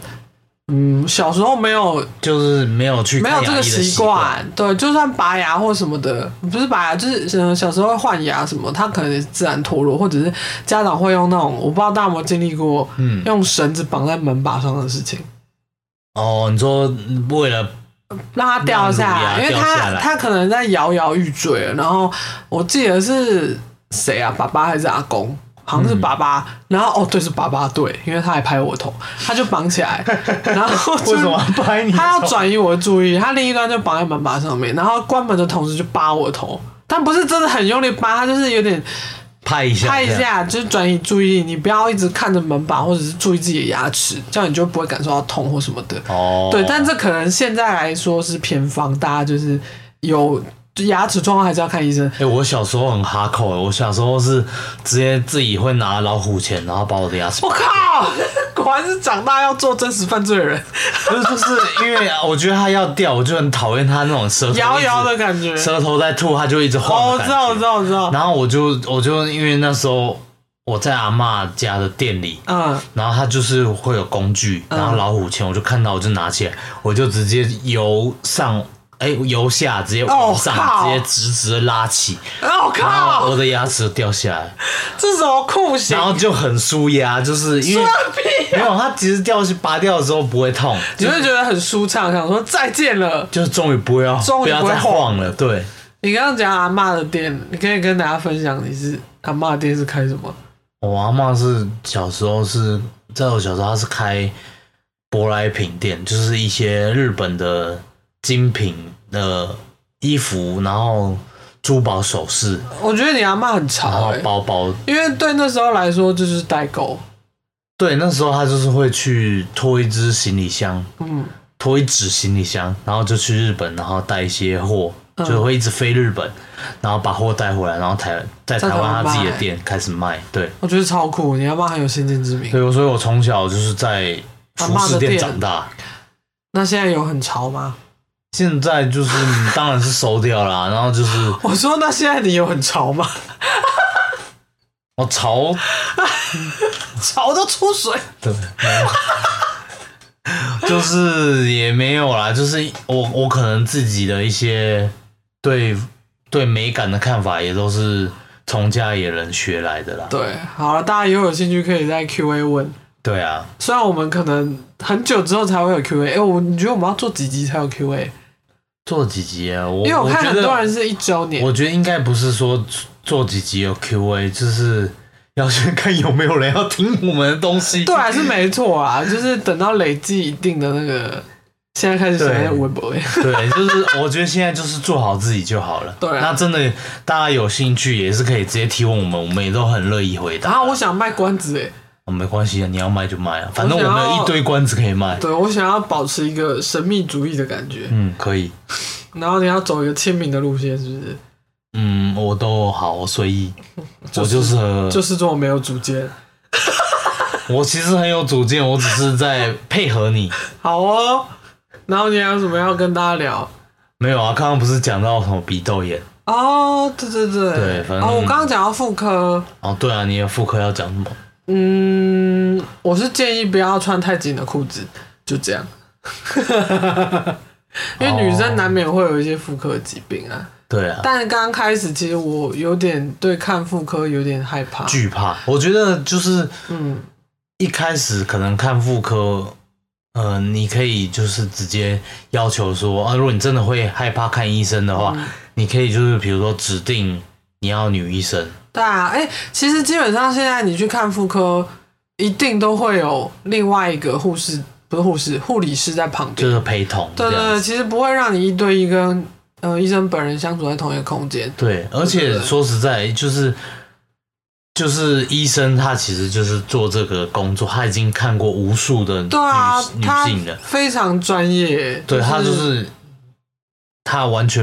S2: 嗯，小时候没有
S1: 就是没有去
S2: 没
S1: 看
S2: 有这
S1: 牙
S2: 个
S1: 医的
S2: 习
S1: 习惯。
S2: 惯，对，就算拔牙或什么的，不是拔牙，就是呃小时候换牙什么，它可能也是自然脱落，或者是家长会用那种，我不知道大家有没有经历过，
S1: 嗯
S2: 用绳子绑在门把上的事情。
S1: 哦，你说为了
S2: 让它掉下
S1: 让
S2: 来，
S1: 乳牙
S2: 因为
S1: 啊掉下
S2: 它
S1: 来
S2: 它可能在摇摇欲坠了。然后我记得是谁啊，爸爸还是阿公？好像是爸爸。
S1: 嗯
S2: 然后哦，对，是爸爸，对，因为他还拍我头，他就绑起 来，然后就
S1: 为什么要拍你？
S2: 他要转移我的注意，他另一端就绑在门把上面，然后关门的同时就扒我的头，但不是真的很用力扒，他就是有点
S1: 拍一下，
S2: 拍一
S1: 这样。
S2: 下，就是转移注意力，你不要一直看着门把，或者是注意自己的牙齿，这样你就不会感受到痛或什么的。
S1: 哦，
S2: 对，但这可能现在来说是偏方，大家就是有牙齿状况还是要看医生。
S1: 哎、我小时候很哈扣欸，我小时候是直接自己会拿老虎钳，然后把我的牙齿
S2: 我，靠， 果然是长大要做真实犯罪的人，
S1: 不是就是因为啊我觉得它要掉，我就很讨厌它那种舌头
S2: 摇摇的
S1: 一
S2: 感觉
S1: 直，。舌头在吐，它就一直
S2: 哦，
S1: 晃
S2: 我
S1: 的
S2: 知
S1: 感觉、
S2: 道，我知道，我知道。
S1: 然后我就我就因为那时候我在阿嬷家的店里，
S2: 嗯，
S1: 然后它就是会有工具，然后老虎钳，我就看到我就拿起来，我就直接由上哎、由下直接往上、
S2: 哦靠
S1: 直接直直的拉起，
S2: 啊我
S1: 然后
S2: 靠
S1: 我，的牙齿掉下来，
S2: 这是什么酷刑
S1: 然？后就很舒压，就是因为
S2: 放屁！
S1: 没有它其实掉去拔掉的时候不会痛，
S2: 你
S1: 就
S2: 会觉得很舒畅，想说再见了。
S1: 就是终于不要
S2: 终于
S1: 要
S2: 不会
S1: 再
S2: 晃
S1: 晃了，对，
S2: 你刚刚讲阿嬷的店，你可以跟大家分享你是阿嬷的店是开什么？
S1: 我阿嬷是小时候是在我小时候，她是开舶来品店，就是一些日本的精品的衣服，然后珠宝首饰，
S2: 我觉得你阿嬷很
S1: 然
S2: 潮
S1: 后
S2: 哎、
S1: 包包。
S2: 因为对那时候来说就是代购，
S1: 对，那时候她就是会去拖一只行李箱，
S2: 嗯，
S1: 拖一纸行李箱，然后就去日本，然后带一些货，就会一直飞日本，然后把货带回来，然后台在
S2: 在
S1: 台
S2: 台湾
S1: 湾他自己的
S2: 卖
S1: 店开始卖。对，
S2: 我觉得哦超酷，你阿嬷很有先见之明。
S1: 对，所以我从小就是在服饰店长大。
S2: 那现在有很潮吗？
S1: 现在就是嗯当然是收掉啦， 然后就是
S2: 我说那现在你有很潮吗？
S1: 我潮，
S2: 潮都出水。
S1: 对，没有 就是也没有啦，就是我我可能自己的一些对对美感的看法也都是从家野人学来的啦。
S2: 对，好了，大家如果有兴趣可以在 Q&A 问。
S1: 对啊，
S2: 虽然我们可能很久之后才会有 Q&A，哎、我你觉得我们要做几集才有 Q&A？
S1: 做几集啊？我
S2: 因为我看
S1: 觉
S2: 很
S1: 得
S2: 多人是一周年，
S1: 我觉得应该不是说做几集有 Q&A，就是要去看有没有人要听我们的东 西。
S2: 对啊，是没错啊，就是等到累积一定的那个，现在开始想
S1: 对
S2: 要微博哎，
S1: 对，就是我觉得现在就是做好自己就好了。
S2: 对啊
S1: 那真的大家有兴趣也是可以直接提问我们，我们也都很乐意回答。
S2: 然后我想卖关子哎，
S1: 哦没关系啊，你要卖就卖啊，反正
S2: 我
S1: 我
S2: 想要
S1: 们有一堆关子可以卖。
S2: 对我想要保持一个神秘主义的感觉，
S1: 嗯，可以。
S2: 然后你要走一个亲民的路线，是不是？
S1: 嗯，我都好，我随 意。我
S2: 是
S1: 就适合，
S2: 就是这种没有主见。
S1: 我其实很有主见，我只是在配合你。
S2: 好哦，然后你还有什么要跟大家聊？
S1: 没有啊，刚刚不是讲到什么鼻窦炎？
S2: 哦，对对对，
S1: 对反正
S2: 哦，我刚刚讲到妇科，
S1: 哦，对啊，你的妇科要讲什么？
S2: 嗯，我是建议不要穿太紧的裤子，就 这样。因为女生难免会有一些妇科疾病啊，
S1: 对啊，
S2: 但刚开始其实我有点对看妇科有点害怕，
S1: 惧怕。我觉得就是
S2: 嗯，
S1: 一开始可能看妇科，呃，你可以就是直接要求说啊，如果你真的会害怕看医生的话，
S2: 嗯
S1: 你可以就是比如说指定你要女医生，
S2: 对啊，哎、其实基本上现在你去看妇科，一定都会有另外一个护士，不是护士，护理师在旁边，
S1: 就是陪同这
S2: 对对
S1: 样
S2: 对，
S1: 子。
S2: 其实不会让你一对一跟呃医生本人相处在同一个空间。
S1: 对，而且说实在，就是就是医生他其实就是做这个工作，他已经看过无数的女、
S2: 对啊，
S1: 女
S2: 他
S1: 性了，
S2: 非常专业。
S1: 对他就是他完全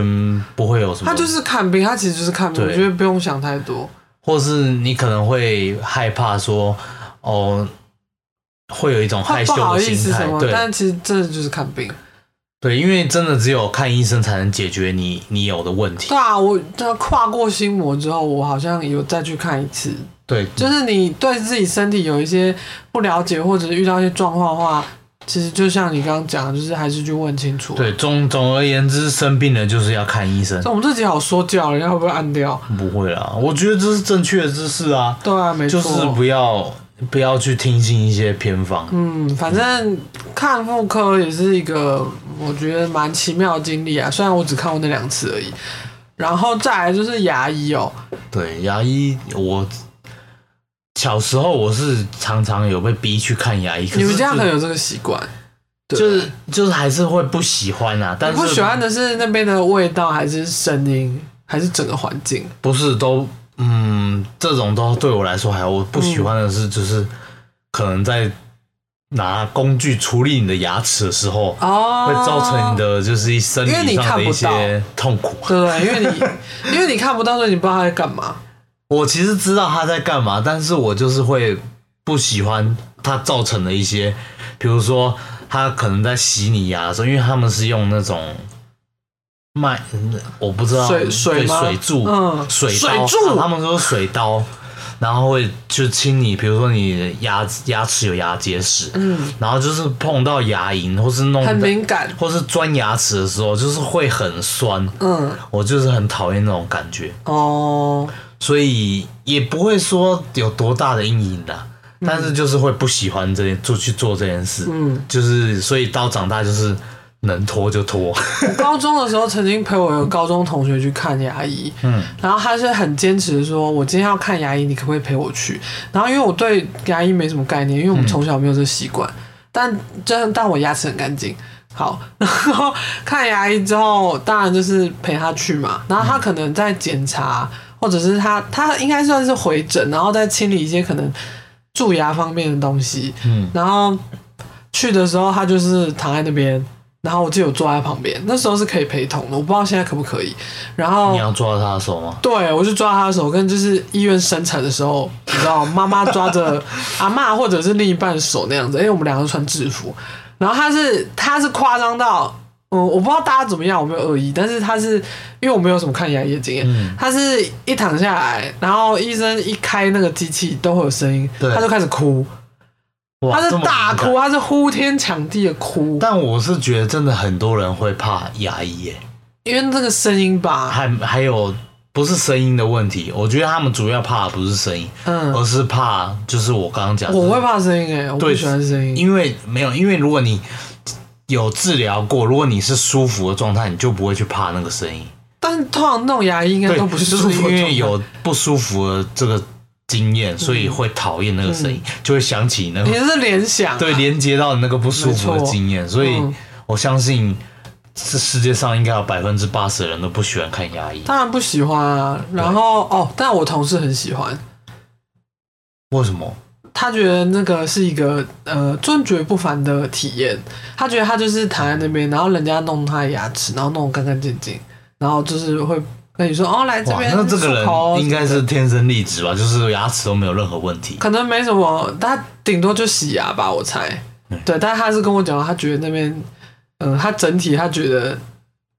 S1: 不会有什么，
S2: 他就是看病，他其实就是看病，
S1: 对
S2: 我觉得不用想太多。
S1: 或是你可能会害怕说，哦，会有一种害
S2: 他不
S1: 羞
S2: 好
S1: 的
S2: 意
S1: 心
S2: 思什
S1: 态
S2: 么，，
S1: 对
S2: 但其实真的就是看病。
S1: 对，因为真的只有看医生才能解决你你有的问题
S2: 对，啊，我他跨过心魔之后，我好像有再去看一次。
S1: 对，
S2: 就是你对自己身体有一些不了解，或者是遇到一些状况的话，其实就像你刚刚讲的，就是还是去问清楚。，
S1: 对，总总而言之，生病了就是要看医生
S2: 那，我们这集好说教，人家会不会按掉？
S1: 不会啦，我觉得这是正确的知识啊，
S2: 对啊，没
S1: 就
S2: 错。
S1: 是不要不要去听信一些偏方，
S2: 嗯，反正看妇科也是一个我觉得蛮奇妙的经历啊，虽然我只看过那两次而已。然后再来就是牙医哦，
S1: 对，牙医我。小时候我是常常有被逼去看牙医，可
S2: 你们
S1: 是
S2: 家
S1: 就
S2: 可能有这个习惯，对
S1: 就是就是还是会不喜欢啊，但
S2: 你
S1: 是
S2: 不喜欢的是那边的味道，还是声音，还是整个环境？
S1: 不是都，嗯，这种都对我来说还好。我不喜欢的是，就是、可能在拿工具处理你的牙齿的时候，
S2: 哦，
S1: 会造成你的就是生
S2: 因为你
S1: 理上
S2: 看
S1: 的
S2: 不
S1: 一
S2: 到
S1: 些痛苦。
S2: 对不对？因为你因为你看不到，所以你不知道他在干嘛。
S1: 我其实知道他在干嘛，但是我就是会不喜欢他造成的一些，比如说他可能在洗你牙的时候，因为他们是用那种。麦，嗯我不知道
S2: 水水
S1: 对
S2: 吗
S1: 水柱，
S2: 嗯
S1: 水刀
S2: 水柱
S1: 啊他们说水刀，然后会就清理，比如说你的牙牙齿有牙结石，嗯，然后就是碰到牙龈或是弄
S2: 很
S1: 的
S2: 敏感
S1: 或是钻牙齿的时候，就是会很酸，
S2: 嗯，
S1: 我就是很讨厌那种感觉。
S2: 哦，
S1: 所以也不会说有多大的阴影啦，
S2: 嗯
S1: 但是就是会不喜欢这件做去做这件事，嗯，就是所以到长大就是能拖就拖。
S2: 我高中的时候曾经陪我有高中同学去看牙医，
S1: 嗯，
S2: 然后他是很坚持地说，我今天要看牙医，你可不可以陪我去？然后因为我对牙医没什么概念，因为我们从小没有这习惯，
S1: 嗯
S2: 但真但我牙齿很干净。好， 然后看牙医之后，当然就是陪他去嘛。然后他可能在检查，或者是他他应该算是回诊，然后再清理一些可能蛀牙方面的东西。
S1: 嗯，
S2: 然后去的时候，他就是躺在那边，然后我记得我坐在他旁边，那时候是可以陪同的，我不知道现在可不可以。然后
S1: 你要抓到他的手吗？
S2: 对，我就抓他的手，跟就是医院生产的时候，你知道，妈妈抓 着阿嬷或者是另一半手那样子，因为我们两个都穿制服，然后他是他是夸张到，嗯，我不知道大家怎么样，我没有恶意，但是他是因为我没有什么看牙医的经验，
S1: 嗯
S2: 他是一躺下来，然后医生一开那个机器都会有声音，
S1: 对
S2: 他就开始哭，
S1: 哇
S2: 他是
S1: 这么
S2: 大
S1: 敏感
S2: 哭，他是呼天抢地的哭，
S1: 但我是觉得真的很多人会怕牙医耶，
S2: 因为这个声音吧，
S1: 还还有不是声音的问题，我觉得他们主要怕的不是声音，
S2: 嗯，
S1: 而是怕就是我刚刚讲的，
S2: 我会怕声音哎、我不
S1: 啊对
S2: 喜欢声音，
S1: 因为没有，因为如果你有治疗过，如果你是舒服的状态，你就不会去怕那个声音。
S2: 但是通常弄牙医应该
S1: 对，
S2: 都不是
S1: 就是因
S2: 舒服的嗯状态
S1: 为有不舒服的这个经验，所以会讨厌那个声音，
S2: 嗯
S1: 就会想起那
S2: 你
S1: 个
S2: 是联想、啊，
S1: 对连接到那个不舒服的经验，所以
S2: 嗯
S1: 我相信这世界上应该有百分之八十的人都不喜欢看牙医。
S2: 当然不喜欢啊。然后哦，但我同事很喜欢，
S1: 为什么？
S2: 他觉得那个是一个呃尊爵不凡的体验。他觉得他就是躺在那边，然后人家弄他的牙齿，然后弄得干干净净，然后就是会跟你说哦，来这
S1: 哇，
S2: 边
S1: 那这个
S2: 漱口
S1: 人应该是天生丽质吧，就是牙齿都没有任何问题。
S2: 可能没什么，他顶多就洗牙吧，我猜。
S1: 嗯
S2: 对，但他是跟我讲，他觉得那边，嗯、他整体他觉得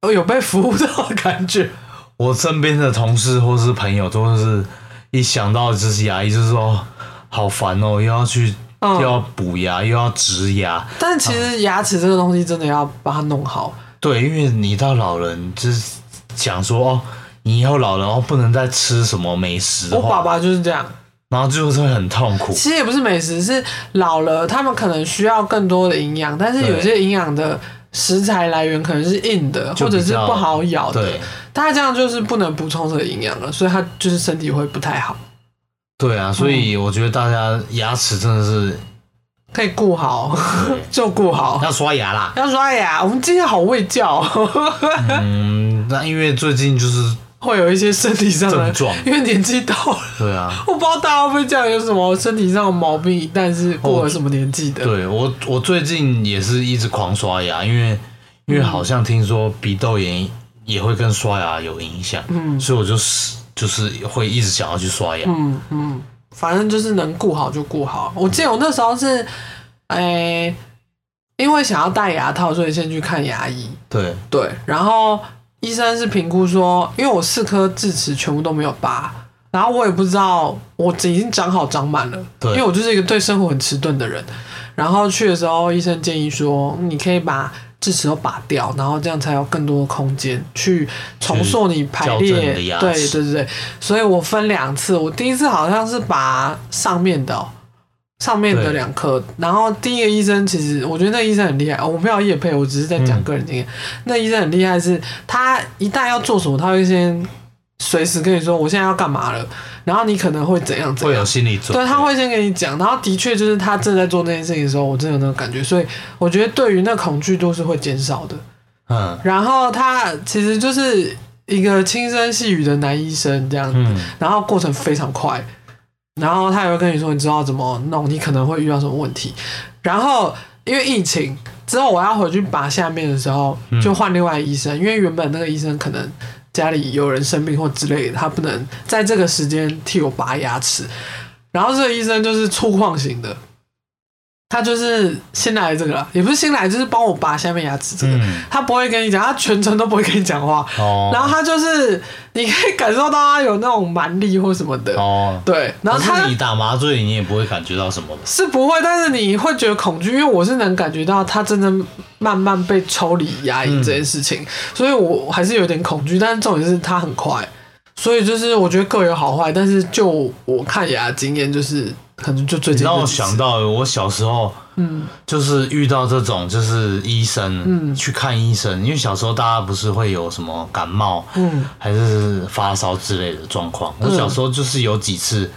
S2: 哦有被服务到的感觉。
S1: 我身边的同事或是朋友都是一想到就是牙医，就是说好烦哦，又要去、
S2: 嗯
S1: 又要补牙，又要植牙，
S2: 但其实牙齿这个东西真的要把它弄好。
S1: 对，因为你到老人就是想说哦，你以后老人哦不能再吃什么美食的
S2: 我
S1: 话，
S2: 爸爸就是这样，
S1: 然后就是会很痛苦。
S2: 其实也不是美食，是老了他们可能需要更多的营养，但是
S1: 对
S2: 有些营养的食材来源可能是硬的，
S1: 就
S2: 或
S1: 比较
S2: 者是不好咬的
S1: 对，
S2: 他这样就是不能补充这个营养了，所以他就是身体会不太好，
S1: 对
S2: 嗯
S1: 啊，所以我觉得大家牙齿真的是
S2: 可以顾好
S1: 对
S2: 就顾好。
S1: 要刷牙啦。
S2: 要刷哎牙，我们今天好喂教，
S1: 嗯，那因为最近就是
S2: 会有一些身体上的
S1: 症状
S2: 因为年纪到了，
S1: 对啊，
S2: 我不知道大家会不会这样，有什么身体上的毛病，但是过了什么年纪的，
S1: 对我我最近也是一直狂刷牙，因为因为好像听说鼻窦炎也会跟刷牙有影响，嗯，所以我就是就是会一直想要去刷牙，
S2: 嗯，嗯，反正就是能顾好就顾好。我记得我那时候是，哎、因为想要戴牙套，所以先去看牙医。
S1: 对，
S2: 对，然后医生是评估说，因为我四颗智齿全部都没有拔，然后我也不知道我已经长好长满了，
S1: 对
S2: 因为我就是一个对生活很迟钝的人。然后去的时候，医生建议说，你可以把智齿都拔掉，然后这样才有更多的空间去重塑你排
S1: 去校正
S2: 列。
S1: 你的
S2: 对
S1: 牙
S2: 对
S1: 齿
S2: 对对，所以我分两次，我第一次好像是拔上面的哦、上面的
S1: 对
S2: 两颗，然后第一个医生其实我觉得那医生很厉害，哦我没有叶配，我只是在讲个人经验。
S1: 嗯
S2: 那医生很厉害是，他一旦要做什么，他会先随时跟你说我现在要干嘛了，然后你可能会怎样怎
S1: 会有
S2: 样。
S1: 心理准备，
S2: 对，他会先跟你讲，然后的确就是他正在做那件事情的时候，我真的有那种感觉，所以我觉得对于那恐惧度是会减少的。
S1: 嗯
S2: 然后他其实就是一个轻声细语的男医生这样子，
S1: 嗯，
S2: 然后过程非常快，然后他也会跟你说你知道怎么弄，你可能会遇到什么问题。然后因为疫情之后，我要回去拔下面的时候，
S1: 嗯
S2: 就换另外医生，因为原本那个医生可能家里有人生病或之类的，他不能在这个时间替我拔牙齿。然后这个医生就是粗犷型的。他就是新来的这个啦，也不是新来，就是帮我拔下面牙齿这个。
S1: 嗯
S2: 他不会跟你讲，他全程都不会跟你讲话。
S1: 哦，
S2: 然后他就是你可以感受到他有那种蛮力或什么的，
S1: 哦，
S2: 对。然后
S1: 可
S2: 他
S1: 是你打麻醉你也不会感觉到什么的，
S2: 是不会，但是你会觉得恐惧，因为我是能感觉到他真的慢慢被抽离压
S1: 嗯
S2: 抑这件事情，所以我还是有点恐惧。但是重点是他很快，所以就是我觉得各有好坏。但是就我看牙的经验，就是可能就最
S1: 你
S2: 近
S1: 让我
S2: 这几次
S1: 想到我小时候嗯，就是遇到这种就是医生，嗯，去看医生，因为小时候大家不是会有什么感冒，嗯，还是发烧之类的状况。我小时候就是有几次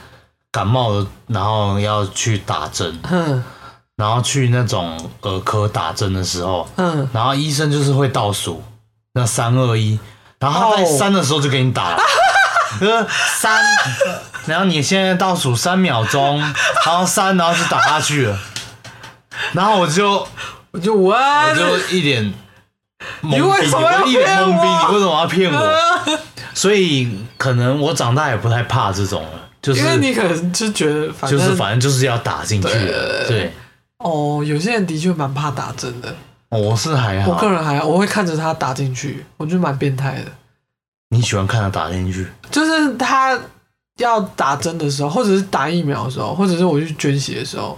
S1: 感冒了，然后要去打针，
S2: 嗯
S1: 然后去那种儿科打针的时候，
S2: 嗯，
S1: 然后医生就是会倒数，那三二一，然后他在
S2: 哦
S1: 三的时候就给你打了，呃三，然后你现在倒数三秒钟，然后三，然后就打下去了，然后我 就
S2: 我就我
S1: 我就一脸懵逼，
S2: 你为什么要
S1: 我一脸懵逼，
S2: 骗我
S1: 你为什么要骗我？所以可能我长大也不太怕这种了，就是
S2: 因为你可能就觉得反
S1: 就
S2: 正、
S1: 是反正就是要打进去了，对。
S2: 哦，有些人的确蛮怕打针的。
S1: 哦我是还
S2: 我个
S1: 好，
S2: 人还好我会看着他打进去，我觉得蛮变态的。
S1: 你喜欢看他打进去，
S2: 就是他要打针的时候，或者是打疫苗的时候，或者是我去捐血的时候，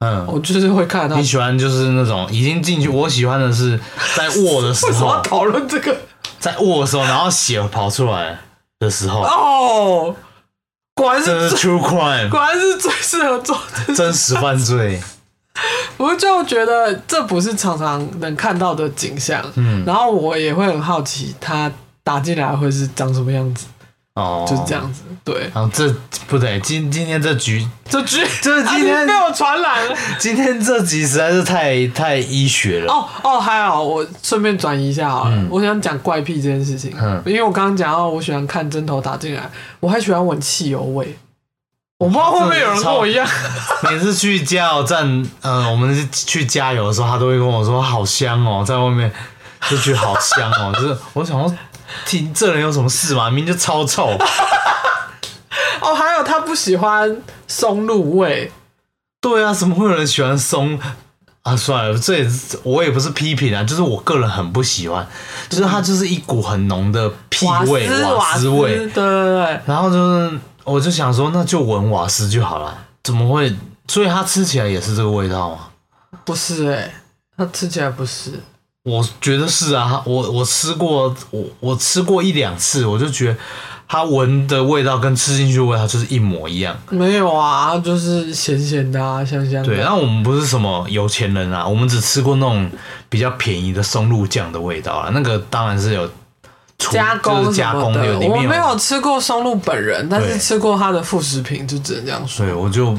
S1: 嗯，
S2: 我就是会看着他
S1: 你。喜欢就是那种已经进去，我喜欢的是在握的时
S2: 为什么要
S1: 候，
S2: 讨论这个？
S1: 在握的时候，然后血跑出来的时候，
S2: 哦，果然是
S1: 这是
S2: 最
S1: true crime，
S2: 果然是最适合做的。
S1: 真实犯罪。
S2: 我就觉得这不是常常能看到的景象。
S1: 嗯
S2: 然后我也会很好奇他打进来会是长什么样子，
S1: 哦，
S2: 就是这。样子。对，
S1: 然后这不对，今今天这局，
S2: 这剧
S1: 这今天
S2: 被我传染了。
S1: 今天这集实在是太太医学 了。
S2: 哦哦，还好，我顺便转移一下好了。我想讲怪癖这件事情，
S1: 嗯
S2: 因为我刚刚讲到我喜欢看针头打进来，我还喜欢闻汽油味。我不知道会不会有人跟我一样，
S1: 每次去加油站，呃，我们去加油的时候，他都会跟我说好香哦，在外面就觉得好香哦，就是我想说，听这人有什么事吗？明明就超臭。
S2: 哦，还有他不喜欢松露味，
S1: 对啊，怎么会有人喜欢松啊？算了，这也是我也不是批评啊，就是我个人很不喜欢，就是它就是一股很浓的屁
S2: 瓦
S1: 味，
S2: 斯
S1: 瓦斯味
S2: 对。对对，
S1: 然后就是，我就想说，那就闻瓦斯就好了，怎么会？所以它吃起来也是这个味道吗？
S2: 不是哎、它吃起来不是，
S1: 我觉得是啊，我我吃过，我我吃过一两次，我就觉得它闻的味道跟吃进去的味道就是一模一样。
S2: 没有啊，它就是咸咸的啊，香香的。
S1: 对，那我们不是什么有钱人啊，我们只吃过那种比较便宜的松露酱的味道啊，那个当然是有除
S2: 加
S1: 就
S2: 工
S1: 是
S2: 什
S1: 加
S2: 么
S1: 工
S2: 的，
S1: 有里
S2: 我
S1: 面
S2: 没有，吃过松露本人，但是
S1: 对
S2: 吃过它的副食品，就只能这样
S1: 所
S2: 说。
S1: 以我就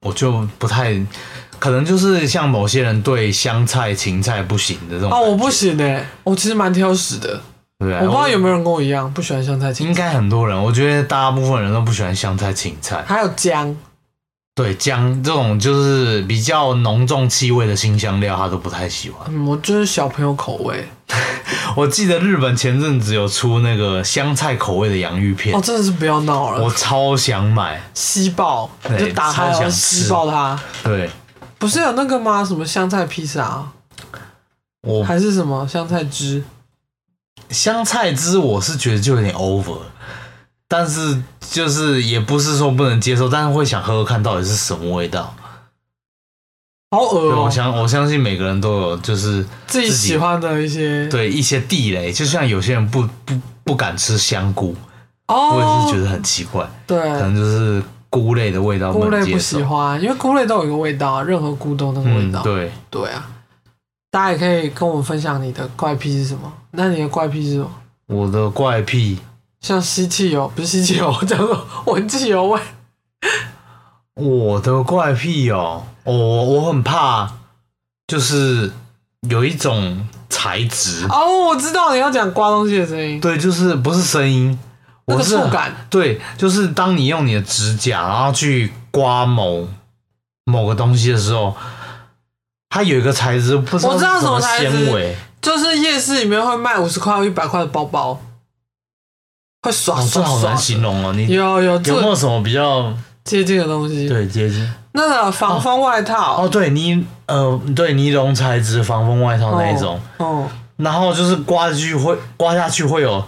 S1: 我就不太可能就是像某些人对香菜、芹菜不行的这种
S2: 哦，我
S1: 感觉
S2: 不行哎、我其实蛮挑食的，
S1: 对不对？
S2: 我不知道有没有人跟我一样不喜欢香菜
S1: 应
S2: 芹，
S1: 该很多人，我觉得大部分人都不喜欢香菜、芹菜，
S2: 还有姜，
S1: 对姜这种就是比较浓重气味的新香料，他都不太喜欢。
S2: 嗯，我就是小朋友口味，
S1: 我记得日本前阵子有出那个香菜口味的洋芋片
S2: 哦，，真的是不要闹 了
S1: 我，超想买。
S2: 吸爆
S1: 对
S2: 就打开
S1: 超
S2: 然后
S1: 想
S2: 吸
S1: 吃
S2: 爆它，
S1: 对，
S2: 不是有那个吗？什么香菜披萨，
S1: 我
S2: 还是什么香菜汁？
S1: 香菜汁我是觉得就有点 over，但是就是也不是说不能接受，但是会想喝喝看到底是什么味道。
S2: 好恶
S1: 对，我
S2: 哦、
S1: 相我相信每个人都有就是
S2: 自己喜欢的一些，
S1: 对一些地雷，就像有些人不不不敢吃香菇，我也
S2: 哦，
S1: 是觉得很奇怪，可
S2: 对，
S1: 能就是菇类的味道
S2: 菇
S1: 能
S2: 类
S1: 接
S2: 不喜
S1: 受。
S2: 欢，因为菇类都有一个味道，任何菇都有那个味
S1: 嗯
S2: 道，，
S1: 对，
S2: 对啊，大家也可以跟我们分享你的怪癖是什么？那你的怪癖是什么？
S1: 我的怪癖，
S2: 像吸汽油，不是吸汽油，叫做闻汽油味。
S1: 我的怪癖哦，我我很怕，就是有一种材质
S2: 哦，我知道你要讲刮东西的声音，
S1: 对，就是不是声音，
S2: 那
S1: 我
S2: 个
S1: 是
S2: 触感。
S1: 对，就是当你用你的指甲然后去刮某某个东西的时候，它有一个材质，不知道
S2: 我
S1: 是
S2: 知道
S1: 什
S2: 什么
S1: 么
S2: 材质
S1: 纤维，
S2: 就是夜市里面会卖五十块或一百块的包包，会耍
S1: 哦，这
S2: 耍
S1: 好
S2: 耍
S1: 难。形容哦。你
S2: 有有
S1: 有没
S2: 这
S1: 有什么比较
S2: 接近的东西，
S1: 对接近？
S2: 那个防风外套
S1: 哦，，对，尼呃，对，尼龙材质防风外套那一种，
S2: 哦，
S1: 然后就是刮下去会刮下去会有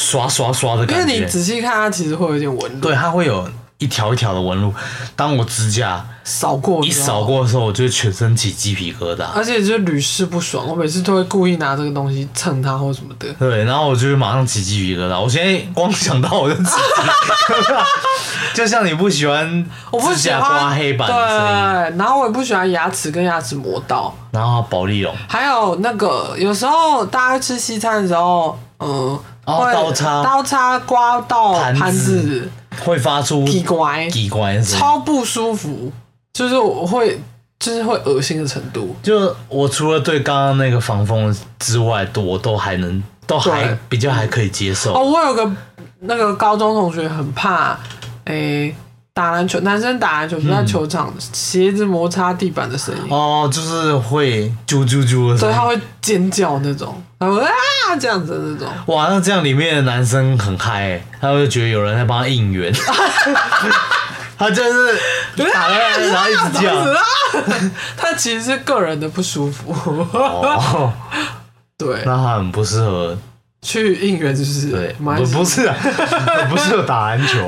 S1: 刷刷刷的
S2: 因为
S1: 感
S2: 你
S1: 觉，
S2: 仔细看它其实会有点纹路，
S1: 对，它会有一条一条的纹路。当我指甲
S2: 扫过
S1: 一扫，过的时候，我就会全身起鸡皮疙瘩。
S2: 而且就屡试不爽。我每次都会故意拿这个东西蹭它或什么的。
S1: 对，然后我就会马上起鸡皮疙瘩。 我现在光想到我就起鸡皮疙瘩，就像你不喜欢
S2: 我不
S1: 指
S2: 喜
S1: 甲
S2: 欢
S1: 刮黑板的声音，
S2: 对，然后我也不喜欢牙齿跟牙齿磨到。
S1: 然后保利龙，
S2: 还有那个，有时候大家吃西餐的时候，嗯，
S1: 哦
S2: 会
S1: 刀叉
S2: 刀叉刮到
S1: 盘子嗯
S2: 盘子，
S1: 会发出
S2: 屁乖，
S1: 奇怪的声音。
S2: 超不舒服，就是我会，就是会恶心的程度。
S1: 就我除了对刚刚那个防风之外，我都还能，都还
S2: 对
S1: 比较还可以接受。
S2: 哦，我有个那个高中同学很怕，诶、打篮球，男生打篮球就在球场，鞋子摩擦地板的声音，
S1: 哦，就是会啾啾啾的
S2: 所
S1: 声
S2: 以
S1: 音
S2: 他。会尖叫那种，然后啊这样子的那种。
S1: 哇，那这样里面的男生很嗨、欸，他会觉得有人在帮他应 援，他就是打开来然后一
S2: 啊
S1: 直叫。
S2: 他其实是个人的不舒服，
S1: 哦，
S2: 对，
S1: 那他很不适合，
S2: 去应援就是
S1: 对，
S2: 没关
S1: 不
S2: 系
S1: 不是、啊，很 不适合打篮球。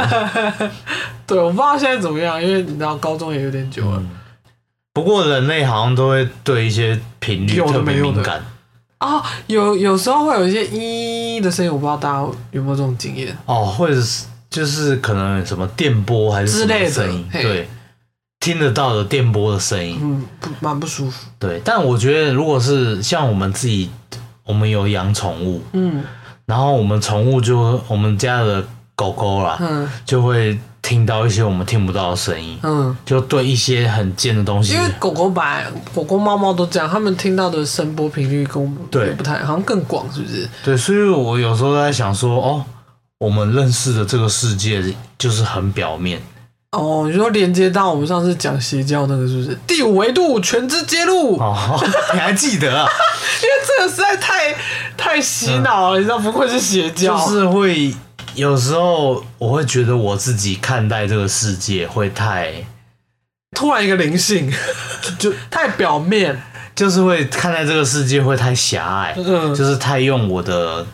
S2: 对，我不知道现在怎么样，因为你知道高中也有点久了
S1: 嗯不过人类好像都会对一些频率
S2: 有的
S1: 特别
S2: 没有的
S1: 敏感，
S2: 啊、有有时候会有一些咦的声音，我不知道大家有没有这种经验。
S1: 哦，或者是就是可能什么电波还是
S2: 之
S1: 什
S2: 类
S1: 么
S2: 的
S1: 声音，
S2: 嘿
S1: 对，听得到的电波的声音，
S2: 嗯，不蛮不舒服。
S1: 对。但我觉得如果是像我们自己，我们有养宠物，
S2: 嗯
S1: 然后我们宠物就我们家的狗狗啦，
S2: 嗯
S1: 就会听到一些我们听不到的声音，
S2: 嗯，
S1: 就对一些很贱的东西
S2: 因，为狗狗白、狗狗、猫猫都这样，它们听到的声波频率跟我们
S1: 对
S2: 也不太，好像更广，是不是？
S1: 对，所以我有时候在想说，哦，我们认识的这个世界就是很表面，
S2: 哦，你说连接到我们上次讲邪教那个，是不是？第五维度全知揭露，因为
S1: 哦， 你还记得 啊？
S2: 这个实在太太洗脑了，你知道，不愧是邪教，
S1: 就是会有时候我会觉得我自己看待这个世界会太
S2: 突然一个灵性，就太表面，
S1: 就是会看待这个世界会太狭隘，
S2: 嗯
S1: 就是太用我的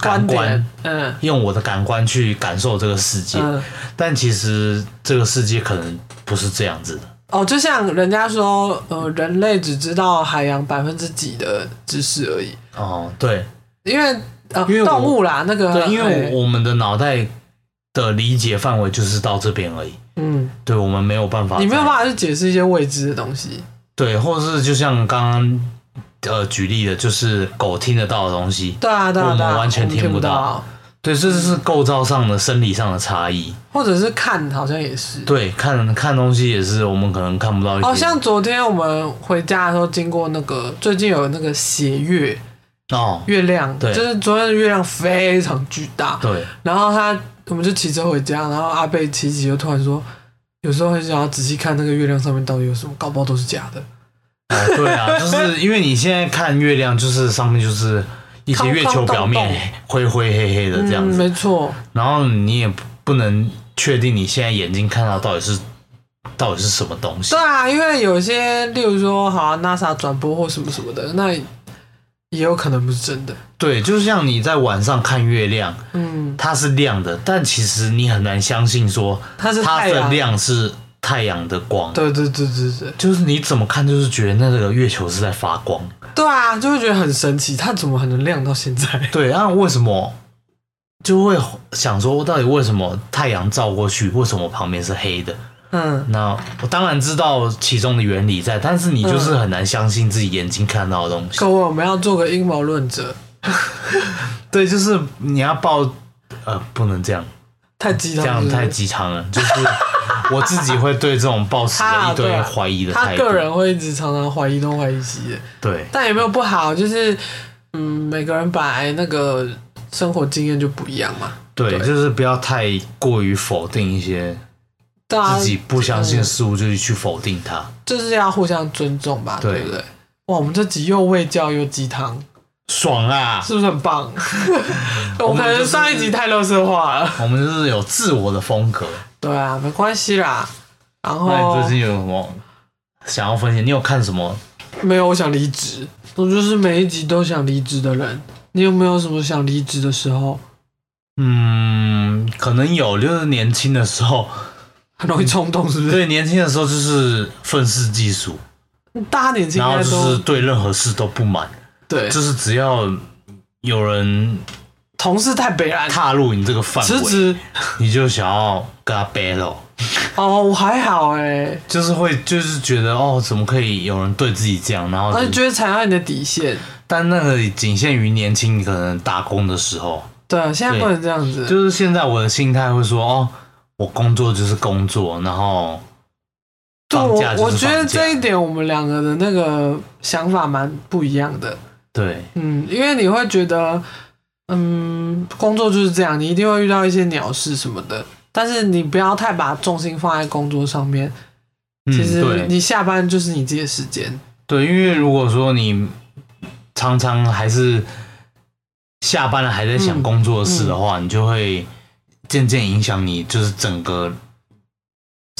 S1: 感
S2: 观
S1: 官
S2: 点，，嗯
S1: 用我的感官去感受这个世界，
S2: 嗯。
S1: 但其实这个世界可能不是这样子的。
S2: 哦，就像人家说，呃，人类只知道海洋百分之几的知识而已，
S1: 哦，对，
S2: 因为呃，
S1: 因为我
S2: 动物啦，那个哎
S1: 对，因为
S2: 我
S1: 我们的脑袋的理解范围就是到这边而已，
S2: 嗯，
S1: 对我们没有办法，
S2: 你没有办，法去解释一些未知的东西，
S1: 对，或者是就像刚刚呃举例的，就是狗听得到的东西，
S2: 对啊，对
S1: 我
S2: 啊，
S1: 们
S2: 对啊，
S1: 完全
S2: 我们听
S1: 听不到
S2: 到，
S1: 对，这就是构造上的、生理上的差异。
S2: 或者是看好像也是，
S1: 对，看看东西也是，我们可能看不到一些。
S2: 哦，像昨天我们回家的时候经过那个，最近有那个斜月
S1: 哦，
S2: 月亮，
S1: 对
S2: 就是昨天的月亮非常巨大，
S1: 对，
S2: 然后他我们就骑车回家，然后阿贝骑骑就突然说，有时候很想要仔细看那个月亮上面到底有什么，搞不好都是假的。
S1: 哦， 对啊，就是因为你现在看月亮，就是上面就是一些月球表
S2: 空空
S1: 面灰灰黑黑的这样
S2: 嗯，
S1: 子，
S2: 没错，
S1: 然后你也不能确定你现在眼睛看到到底是到底是什么东西
S2: 对。啊，因为有些，例如说，好、啊、NASA 转播或什么什么的，那也有可能不是真的。
S1: 对，就像你在晚上看月亮，
S2: 嗯，
S1: 它是亮的，但其实你很难相信说
S2: 它是
S1: 它
S2: 太
S1: 的
S2: 阳。
S1: 亮是太阳的光。
S2: 对对对对对，
S1: 就是你怎么看，就是觉得那个月球是在发光。
S2: 对啊，就会觉得很神奇，它怎么还能亮到现在？
S1: 对，那为什么就会想说，到底为什么太阳照过去，为什么旁边是黑的？
S2: 嗯，
S1: 那我当然知道其中的原理在，但是你
S2: 嗯
S1: 就是很难相信自己眼睛看到的东西。
S2: 各位，我们要做个阴谋论者，
S1: 对，就是你要抱，呃，不能这样，
S2: 太鸡
S1: 这
S2: 汤
S1: 样
S2: 了
S1: 太鸡汤了。就是我自己会对这种 抱持
S2: 他
S1: 着
S2: 啊
S1: 一堆
S2: 对啊
S1: 怀疑的
S2: 他
S1: 态度。
S2: 个人会一直常常怀疑东怀疑西的，
S1: 对
S2: 但也没有不好，就是嗯，每个人本来那个生活经验就不一样嘛。
S1: 对，
S2: 对
S1: 就是不要太过于否定一些
S2: 对啊，
S1: 自己不相信的
S2: 嗯
S1: 事物，就去否定它。
S2: 就是要互相尊重吧，
S1: 对
S2: 对不对？哇，我们这集又喂教又鸡汤，
S1: 爽啊！
S2: 是不是 很棒？我
S1: 们就
S2: 可能
S1: 是
S2: 上一集太乐色化了。
S1: 我们就是有自我的风格。
S2: 对啊，没关系啦。然
S1: 那你
S2: 后
S1: 最近有什么想要分享？你有看什么？
S2: 没有，我想离职，我就是每一集都想离职的人。你有没有什么想离职的时候？
S1: 嗯，可能有，就是年轻的时候
S2: 很容易冲动，是不是？
S1: 对，年轻的时候就是愤世嫉俗，
S2: 大家年纪
S1: 嗯
S2: 应
S1: 然后
S2: 该
S1: 就
S2: 都、
S1: 是对任何事都不满，
S2: 对，
S1: 就是只要有人
S2: 同事太北然，
S1: 踏入你这个范
S2: 辞
S1: 围，
S2: 职
S1: 你就想要跟他 battle，
S2: 哦，我还好哎、
S1: 就是会就是觉得哦，怎么可以有人对自己这样？然后
S2: 而
S1: 就
S2: 且觉得踩到你的底线。
S1: 但那个仅限于年轻，你可能打工的时候，
S2: 对，啊现在
S1: 对
S2: 不能这样子。
S1: 就是现在我的心态会说哦，我工作就是工作，然后
S2: 对，
S1: 放假
S2: 我我
S1: 就是放假
S2: 觉得这一点我们两个的那个想法蛮不一样的。
S1: 对
S2: 嗯，因为你会觉得，嗯，工作就是这样，你一定会遇到一些鸟事什么的，但是你不要太把重心放在工作上面。
S1: 嗯
S2: 其实
S1: 对
S2: 你下班就是你自己的时间。
S1: 对，因为如果说你常常还是下班了还在想
S2: 嗯
S1: 工作的事的话，你就会渐渐影响你就是整个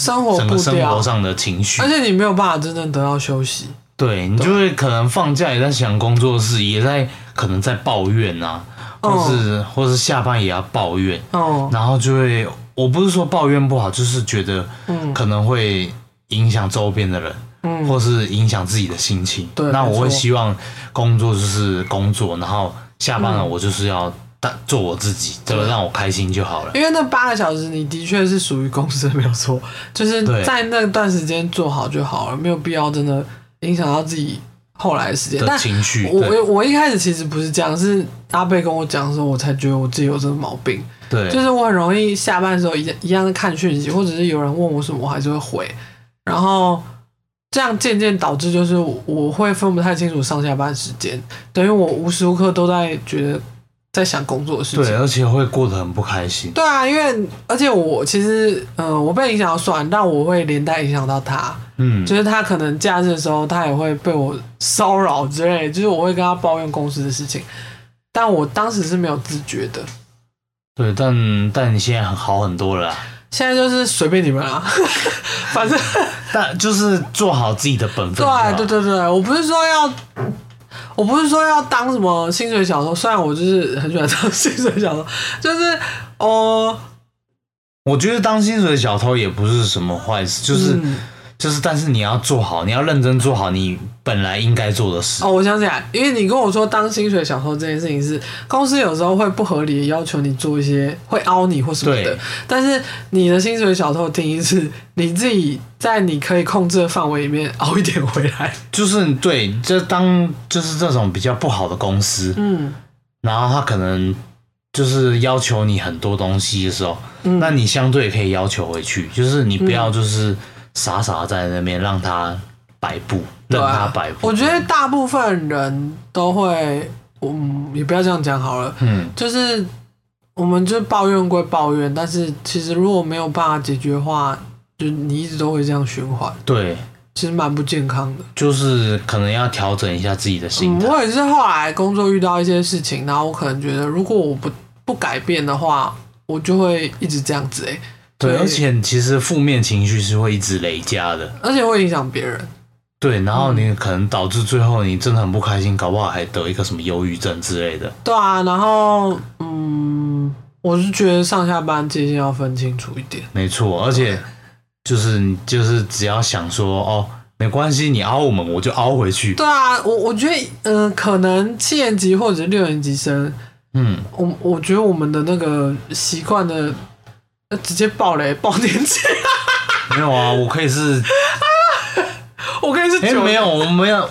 S2: 生活
S1: 整
S2: 哦步
S1: 个生
S2: 调
S1: 活，上的情绪
S2: 而，且你没有办法真正得到休息。
S1: 对你就会可能放假也在想工作的事，也在可能在抱怨啊，或
S2: 哦
S1: 是、或是下班也要抱怨，
S2: 哦，
S1: 然后就会我不是说抱怨不好，就是觉得
S2: 嗯
S1: 可能会影响周边的人。
S2: 嗯，
S1: 或是影响自己的心情。
S2: 对
S1: 那我
S2: 没
S1: 会
S2: 错
S1: 希望工作就是工作，然后下班了
S2: 嗯
S1: 我就是要当做我自己，这个
S2: 对
S1: 让我开心就好了。
S2: 因为那八个小时你的确是属于公司的没有错，就是
S1: 对
S2: 在那段时间做好就好了，没有必要真的影响到自己后来的时间。
S1: 的
S2: 但
S1: 情绪，
S2: 我
S1: 对
S2: 我我一开始其实不是这样，是阿贝跟我讲的时候，我才觉得我自己有这个毛病，
S1: 对，
S2: 就是我很容易下班的时候一一样在看讯息，或者是有人问我什么，我还是会回，然后这样渐渐导致就是我我会分不太清楚上下班时间，等于我无时无刻都在觉得在想工作的事情
S1: 对，。而且会过得很不开心。
S2: 对啊，因为而且我其实，嗯、我被影响到算，但我会连带影响到他，
S1: 嗯，
S2: 就是他可能假日的时候，他也会被我骚扰之类，就是我会跟他抱怨公司的事情，但我当时是没有自觉的，
S1: 对，但但你现在很好很多了啦，啊
S2: 现在就是随便你们 啊啦，反正
S1: 但就是做好自己的啊本分就
S2: 对啊
S1: 好。
S2: 对对对，我不是说要。我不是说要当什么薪水小偷，虽然我就是很喜欢当薪水小偷，就是哦，
S1: 我觉得当薪水小偷也不是什么坏事，就是、
S2: 嗯
S1: 就是，但是你要做好，你要认真做好你本来应该做的事。
S2: 哦，我想起来，因为你跟我说当薪水小偷这件事情是公司有时候会不合理的要求你做一些会凹你或什么的
S1: 对，
S2: 但是你的薪水小偷的定义是你自己在你可以控制的范围里面凹一点回来。
S1: 就是对，这当就是这种比较不好的公司，
S2: 嗯，
S1: 然后他可能就是要求你很多东西的时候，
S2: 嗯
S1: 那你相对也可以要求回去，就是你不要就是傻傻在那边让他摆布，
S2: 对
S1: 任
S2: 啊
S1: 他摆布。
S2: 我觉得大部分人都会，嗯，也不要这样讲好了，
S1: 嗯，
S2: 就是我们就抱怨归抱怨，但是其实如果没有办法解决的话，就你一直都会这样循环，
S1: 对，
S2: 其实蛮不健康的。
S1: 就是可能要调整一下自己的心
S2: 嗯，
S1: 态。
S2: 我也是后来工作遇到一些事情，然后我可能觉得，如果我不不改变的话，我就会一直这样子哎、欸。
S1: 对，而且其实负面情绪是会一直累加的。
S2: 而且会影响别人。
S1: 对，然后你可能导致最后你真的很不开心，搞不好还得一个什么忧郁症之类的。
S2: 对啊，然后嗯，我是觉得上下班界限要分清楚一点。
S1: 没错，而且就是你就是只要想说哦，没关系，你凹我们，我就凹回去。
S2: 对啊，我我觉得嗯、呃可能七年级或者是六年级生，
S1: 嗯，
S2: 我我觉得我们的那个习惯的。呃直接爆雷爆年纪，
S1: 没有啊，我可以是
S2: 我可以是
S1: 哎、
S2: 九、
S1: 没有，，我没有，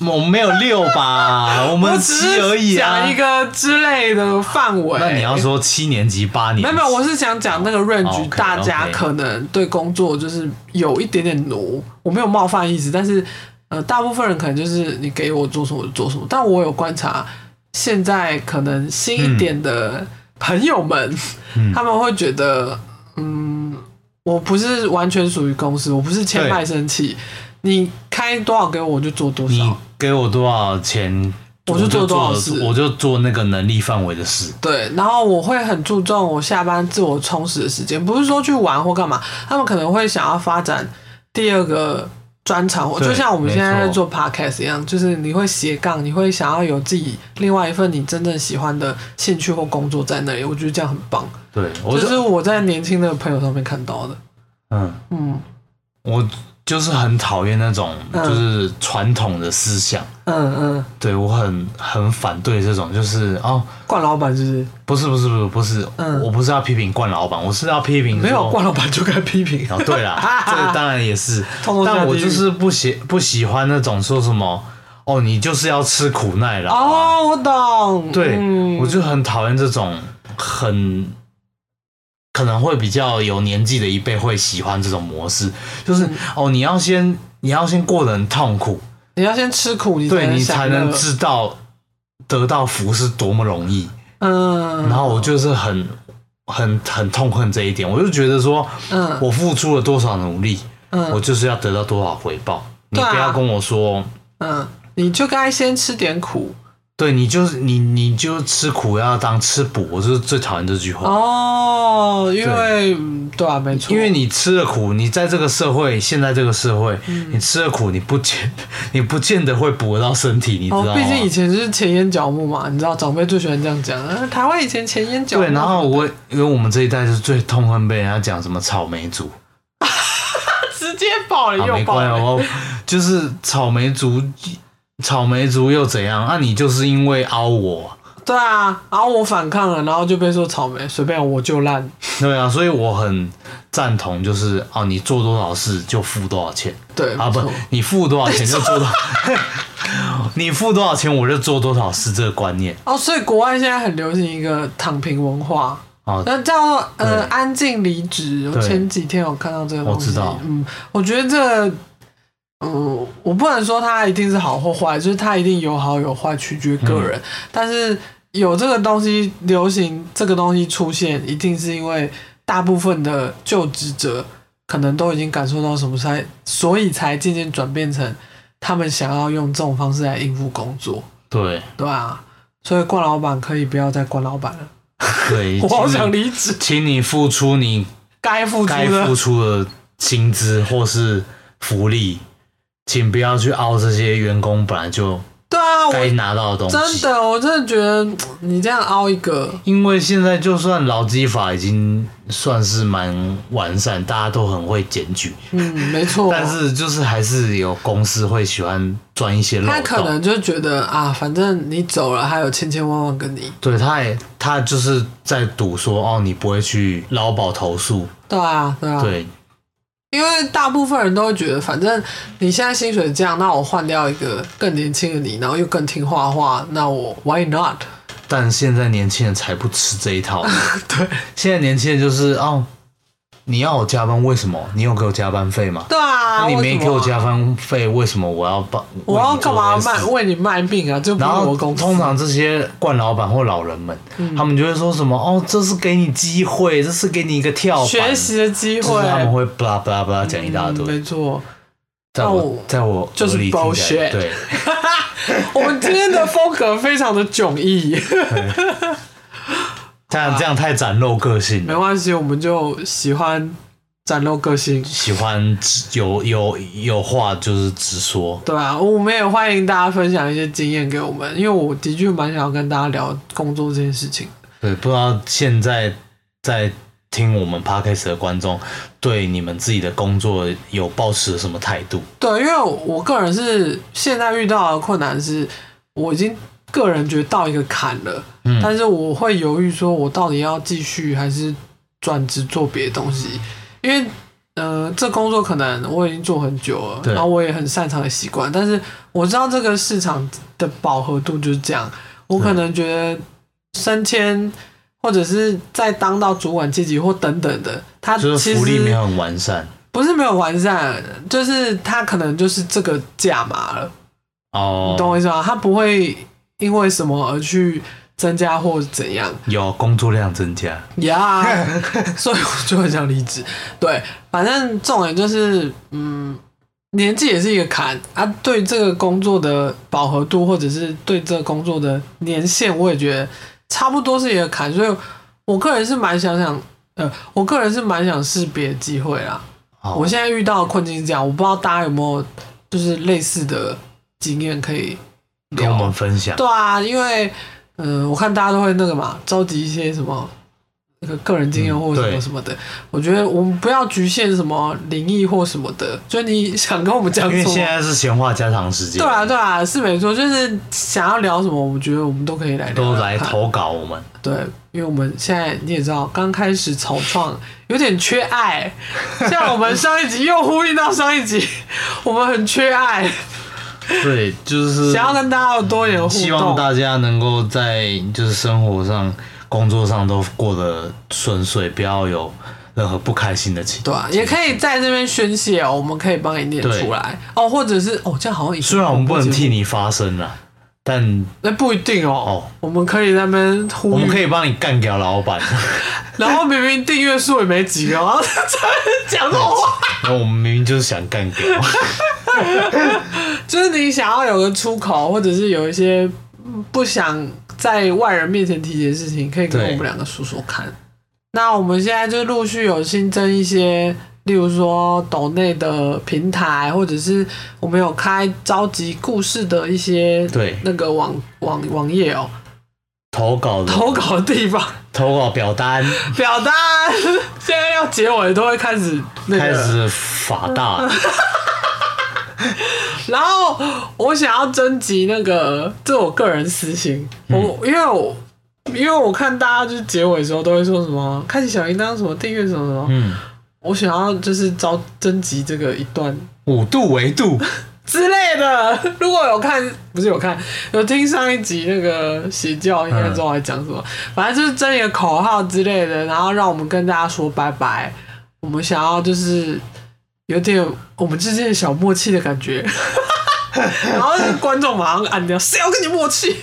S1: 我没有六 吧，我
S2: 我
S1: 们
S2: 只
S1: 七而
S2: 是
S1: 已啊
S2: 讲一。个之类的范围。
S1: 那你要说七年级、八年级，
S2: 没有没有，我是想讲那个 range，、
S1: OK，OK
S2: 大家可能对工作就是有一点点奴，我没有冒犯意思，但是呃，大部分人可能就是你给我做什么我就做什么，但我有观察，现在可能新一点的朋友们，
S1: 嗯
S2: 他们会觉得，嗯，我不是完全属于公司，我不是签卖身契，你开多少给我，我就做多
S1: 你
S2: 少。
S1: 给我多少钱，
S2: 我就做多少事
S1: 我就做那个能力范围的事。
S2: 对，然后我会很注重我下班自我充实的时间，不是说去玩或干嘛，他们可能会想要发展第二个专长，或
S1: 对
S2: 就像我们现在在
S1: 没
S2: 做
S1: 错
S2: podcast 一样，就是你会斜杠，你会想要有自己另外一份你真正喜欢的兴趣或工作在那里，我觉得这样很棒，
S1: 对，我
S2: 这
S1: 就是
S2: 我在年轻的朋友上面看到的。
S1: 嗯
S2: 嗯
S1: 我就是很讨厌那种
S2: 嗯
S1: 就是传统的思想，
S2: 嗯嗯，
S1: 对我很很反对这种，就是哦，
S2: 冠老板是不是？
S1: 不是不是不是不是，
S2: 嗯
S1: 我不是要批评冠老板，我是要批评
S2: 没有
S1: 说
S2: 冠老板就该 批评。
S1: 哦，对啦， 这个当然也是
S2: 通通，下
S1: 但我
S2: 地狱
S1: 就是不喜不喜欢那种说什么哦，你就是要吃苦耐劳啊、
S2: 哦，我懂。
S1: 对，
S2: 嗯
S1: 我就很讨厌这种很可能会比较有年纪的一辈会喜欢这种模式，
S2: 嗯
S1: 就是、哦，你要先你要先过得很痛苦，
S2: 你要先吃苦，你
S1: 对
S2: 能
S1: 你才
S2: 才
S1: 能知道得到福是多么容易。
S2: 嗯，
S1: 然后我就是很很很痛恨这一点，我就觉得说，
S2: 嗯
S1: 我付出了多少努力，
S2: 嗯
S1: 我就是要得到多少回报。你
S2: 对啊
S1: 不要跟我说，
S2: 嗯，你就该先吃点苦
S1: 对你就是你你就吃苦要当吃补，我就是最讨厌这句话。
S2: 哦，因为嗯对啊，没错，
S1: 因为你吃了苦，你在这个社会，现在这个社会，
S2: 嗯
S1: 你吃了苦，你不见你不见得会补得到身体，你知道啊
S2: 哦
S1: 吗？，
S2: 毕竟以前就是前眼角膜嘛，你知道长辈最喜欢这样讲，啊，台湾以前前眼角膜
S1: 对，然后我因为我们这一代是最痛恨被人家讲什么草莓族，
S2: 直接爆了
S1: 啊，没
S2: 又爆
S1: 关系，
S2: 了，
S1: 我就是草莓族，草莓族又怎样？啊，你就是因为凹我，
S2: 对啊，然后我反抗了，然后就被说草莓，随便我就烂，
S1: 对啊，所以我很赞同，就是哦，你做多少事就付多少钱
S2: 对
S1: 啊，
S2: 没
S1: 不
S2: 错，
S1: 你付多少钱就 做多少，你付多少钱我就做多少事这个观念
S2: 哦，所以国外现在很流行一个躺平文化，
S1: 啊，
S2: 那叫呃
S1: 对
S2: 安静离职。我
S1: 对
S2: 前几天有看到这个东西，
S1: 我知道
S2: 嗯，我觉得这个，嗯，我不能说它一定是好或坏，就是它一定有好有坏，取决个
S1: 嗯
S2: 人。但是有这个东西流行，这个东西出现，一定是因为大部分的就职者可能都已经感受到什么才，所以才渐渐转变成他们想要用这种方式来应付工作，
S1: 对
S2: 对啊。所以冠老板可以不要再冠老板了，
S1: 对，
S2: 我好
S1: 请
S2: 想
S1: 你，
S2: 离职。
S1: 请你付出你
S2: 该付出
S1: 该
S2: 的
S1: 付。出的薪资或是福利，请不要去凹这些员工本来就
S2: 对啊，我
S1: 该拿到的东西。
S2: 真的，我真的觉得嗯你这样凹一个，
S1: 因为现在就算劳基法已经算是蛮完善，大家都很会检举，
S2: 嗯，没错。
S1: 但是就是还是有公司会喜欢钻一些漏
S2: 他可
S1: 洞。
S2: 能就觉得啊，反正你走了，还有千千万万跟你。
S1: 对，他也他就是在赌说哦，你不会去劳保投诉，
S2: 对啊，对啊，
S1: 对
S2: 因为大部分人都会觉得，反正你现在薪水这样，那我换掉一个更年轻的你，然后又更听话的话，那我 why not？
S1: 但现在年轻人才不吃这一套。
S2: 对，
S1: 现在年轻人就是哦，你要我加班，为什么？你有给我加班费吗？
S2: 对啊，
S1: 那你
S2: 为什
S1: 没
S2: 么啊
S1: 给我加，班费，为什么我要帮？
S2: 我要
S1: 为你做
S2: 干嘛
S1: 这些事
S2: 卖为你卖命啊？这不
S1: 然
S2: 是
S1: 后
S2: 我公司。嗯
S1: 通常这些惯老板或老人们，他们就会说什么哦，这是给你机会，这是给你一个跳板，
S2: 学习的机
S1: 哦就是
S2: 会，
S1: 他们会 blah blah blah 讲一大
S2: 嗯
S1: 堆。
S2: 没错。
S1: 在
S2: 那
S1: 我
S2: 我
S1: 在我
S2: 就是
S1: 耳里听起来
S2: bullshit
S1: 对，
S2: 我们今天的风格非常的迥异，
S1: 这样这样太展露个性
S2: 没
S1: 了。
S2: 关系，我们就喜欢展露个性，
S1: 喜欢直有有有话就是直说，
S2: 对啊，我们也欢迎大家分享一些经验给我们，因为我的确蛮想要跟大家聊工作这件事情。
S1: 对，不知道现在在听我们 podcast 的观众，对你们自己的工作有抱持什么态度？
S2: 对，因为我个人是现在遇到的困难是，我已经个人觉得到一个坎了，
S1: 嗯
S2: 但是我会犹豫说，我到底要继续还是转职做别的东
S1: 嗯
S2: 西，因为呃，这工作可能我已经做很久了，
S1: 对
S2: 然后我也很擅长的习惯，但是我知道这个市场的饱和度就是这样，我可能觉得升迁。或者是再当到主管阶级或等等的，他呃其
S1: 就
S2: 实
S1: 是福利没有很完善
S2: 不是没有完善，就是他可能就是这个价码了，
S1: 哦
S2: 你，懂我意思吗？他不会因为什么而去增加或怎样
S1: 有工作量增加。
S2: 呀所以我就很想离职。对，反正重点就是，嗯，年纪也是一个坎啊。对这个工作的饱和度，或者是对这个工作的年限，我也觉得差不多是一个坎，所以我个人是蛮想想，呃，我个人是蛮想试别的机会啦。
S1: 哦
S2: 我现在遇到的困境是这样，我不知道大家有没有就是类似的经验可以
S1: 跟我
S2: 聊
S1: 们。分享。
S2: 对啊，因为嗯、呃我看大家都会那个嘛，召集一些什么那个个人经验或什么
S1: 嗯对
S2: 什么的。我觉得我们不要局限什么灵异或什么的，就你想跟我们讲
S1: 因为
S2: 什么
S1: 现。在是闲话家常时间，
S2: 啊对啊，对啊，是没错，就是想要聊什么，我觉得我们都可以来聊
S1: 都
S2: 聊
S1: 来
S2: 看
S1: 投稿我们，
S2: 对，因为我们现在你也知道，刚开始草创有点缺 爱，像我们上一集又呼应到上一集，我们很缺爱，
S1: 对，就是
S2: 想要跟大家有多一点互动。
S1: 希望大家能够在就是生活上、工作上都过得顺遂，不要有任何不开心的情。
S2: 对啊，也可以在这边宣泄哦，我们可以帮你念出来哦，或者是哦，这样好像以前
S1: 虽然我们不能替，你发声啦，但
S2: 那不一定哦
S1: 哦，
S2: 我们可以在那边呼吁，
S1: 我们可以帮你干掉老板。
S2: 然后明明订阅数也没几个，然后在那边讲这种话，
S1: 然后我们明明就是想干掉，
S2: 就是你想要有个出口，或者是有一些嗯不想在外人面前提起的事情，可以跟
S1: 对
S2: 我们两个说说看。那我们现在就陆续有新增一些，例如说抖内的平台，或者是我们有开召集故事的一些
S1: 对
S2: 那个网网网页哦，
S1: 投稿的
S2: 投稿的地方
S1: 投稿表单
S2: 表单，现在要结尾都会开始那
S1: 开
S2: 个。
S1: 始法 大，
S2: 然后我想要征集那个，这我个人私心，我因为我因为我看大家就是结尾的时候都会说什么开启小铃铛什么订阅什么什么，
S1: 嗯，
S2: 我想要就是招征集这个一段
S1: 五度维度，
S2: 之类的。 如果有看，不是有看，有听上一集那个邪教，应该知道我在讲什么。反正就是争一个口号之类的，然后让我们跟大家说拜拜。我们想要就是有点我们之间的小默契的感觉， 然后观众马上按掉，谁要跟你默契？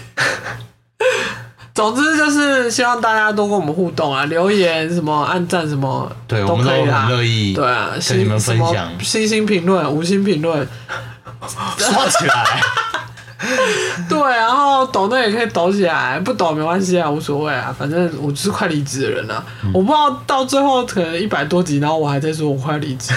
S2: 总之就是希望大家多跟我们互动啊，留言什么、按赞什么，
S1: 对
S2: 都
S1: 我们都
S2: 可以啦
S1: 很乐意
S2: 对啊，
S1: 跟你们分享
S2: 星什么星星评论、五星评论，
S1: 刷起 来，
S2: 对，然后抖那也可以抖起来，不抖没关系啊，无所谓啊，反正我就是快离职的人啊。
S1: 嗯
S2: 我不知道到最后可能一百多集，然后我还在说我快离 职，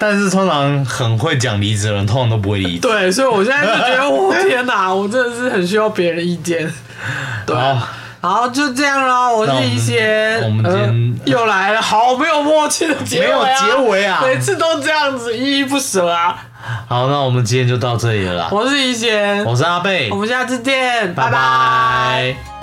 S1: 但是通常很会讲离职的人，通常都不会离职。
S2: 对，所以我现在就觉得我 天哪，我真的是很需要别人的意见。对
S1: 好
S2: 啊，好，就这样咯，我
S1: 那我
S2: 是
S1: 们
S2: 一些，
S1: 我们今天
S2: 呃又来了，好没有默契的结尾、啊，
S1: 没有结尾啊
S2: 每次都这样子依依不舍啊。
S1: 好，那我们今天就到这里了啦。
S2: 我是一些，
S1: 我是阿贝
S2: 我，们下次见，
S1: 拜
S2: 拜拜
S1: 拜。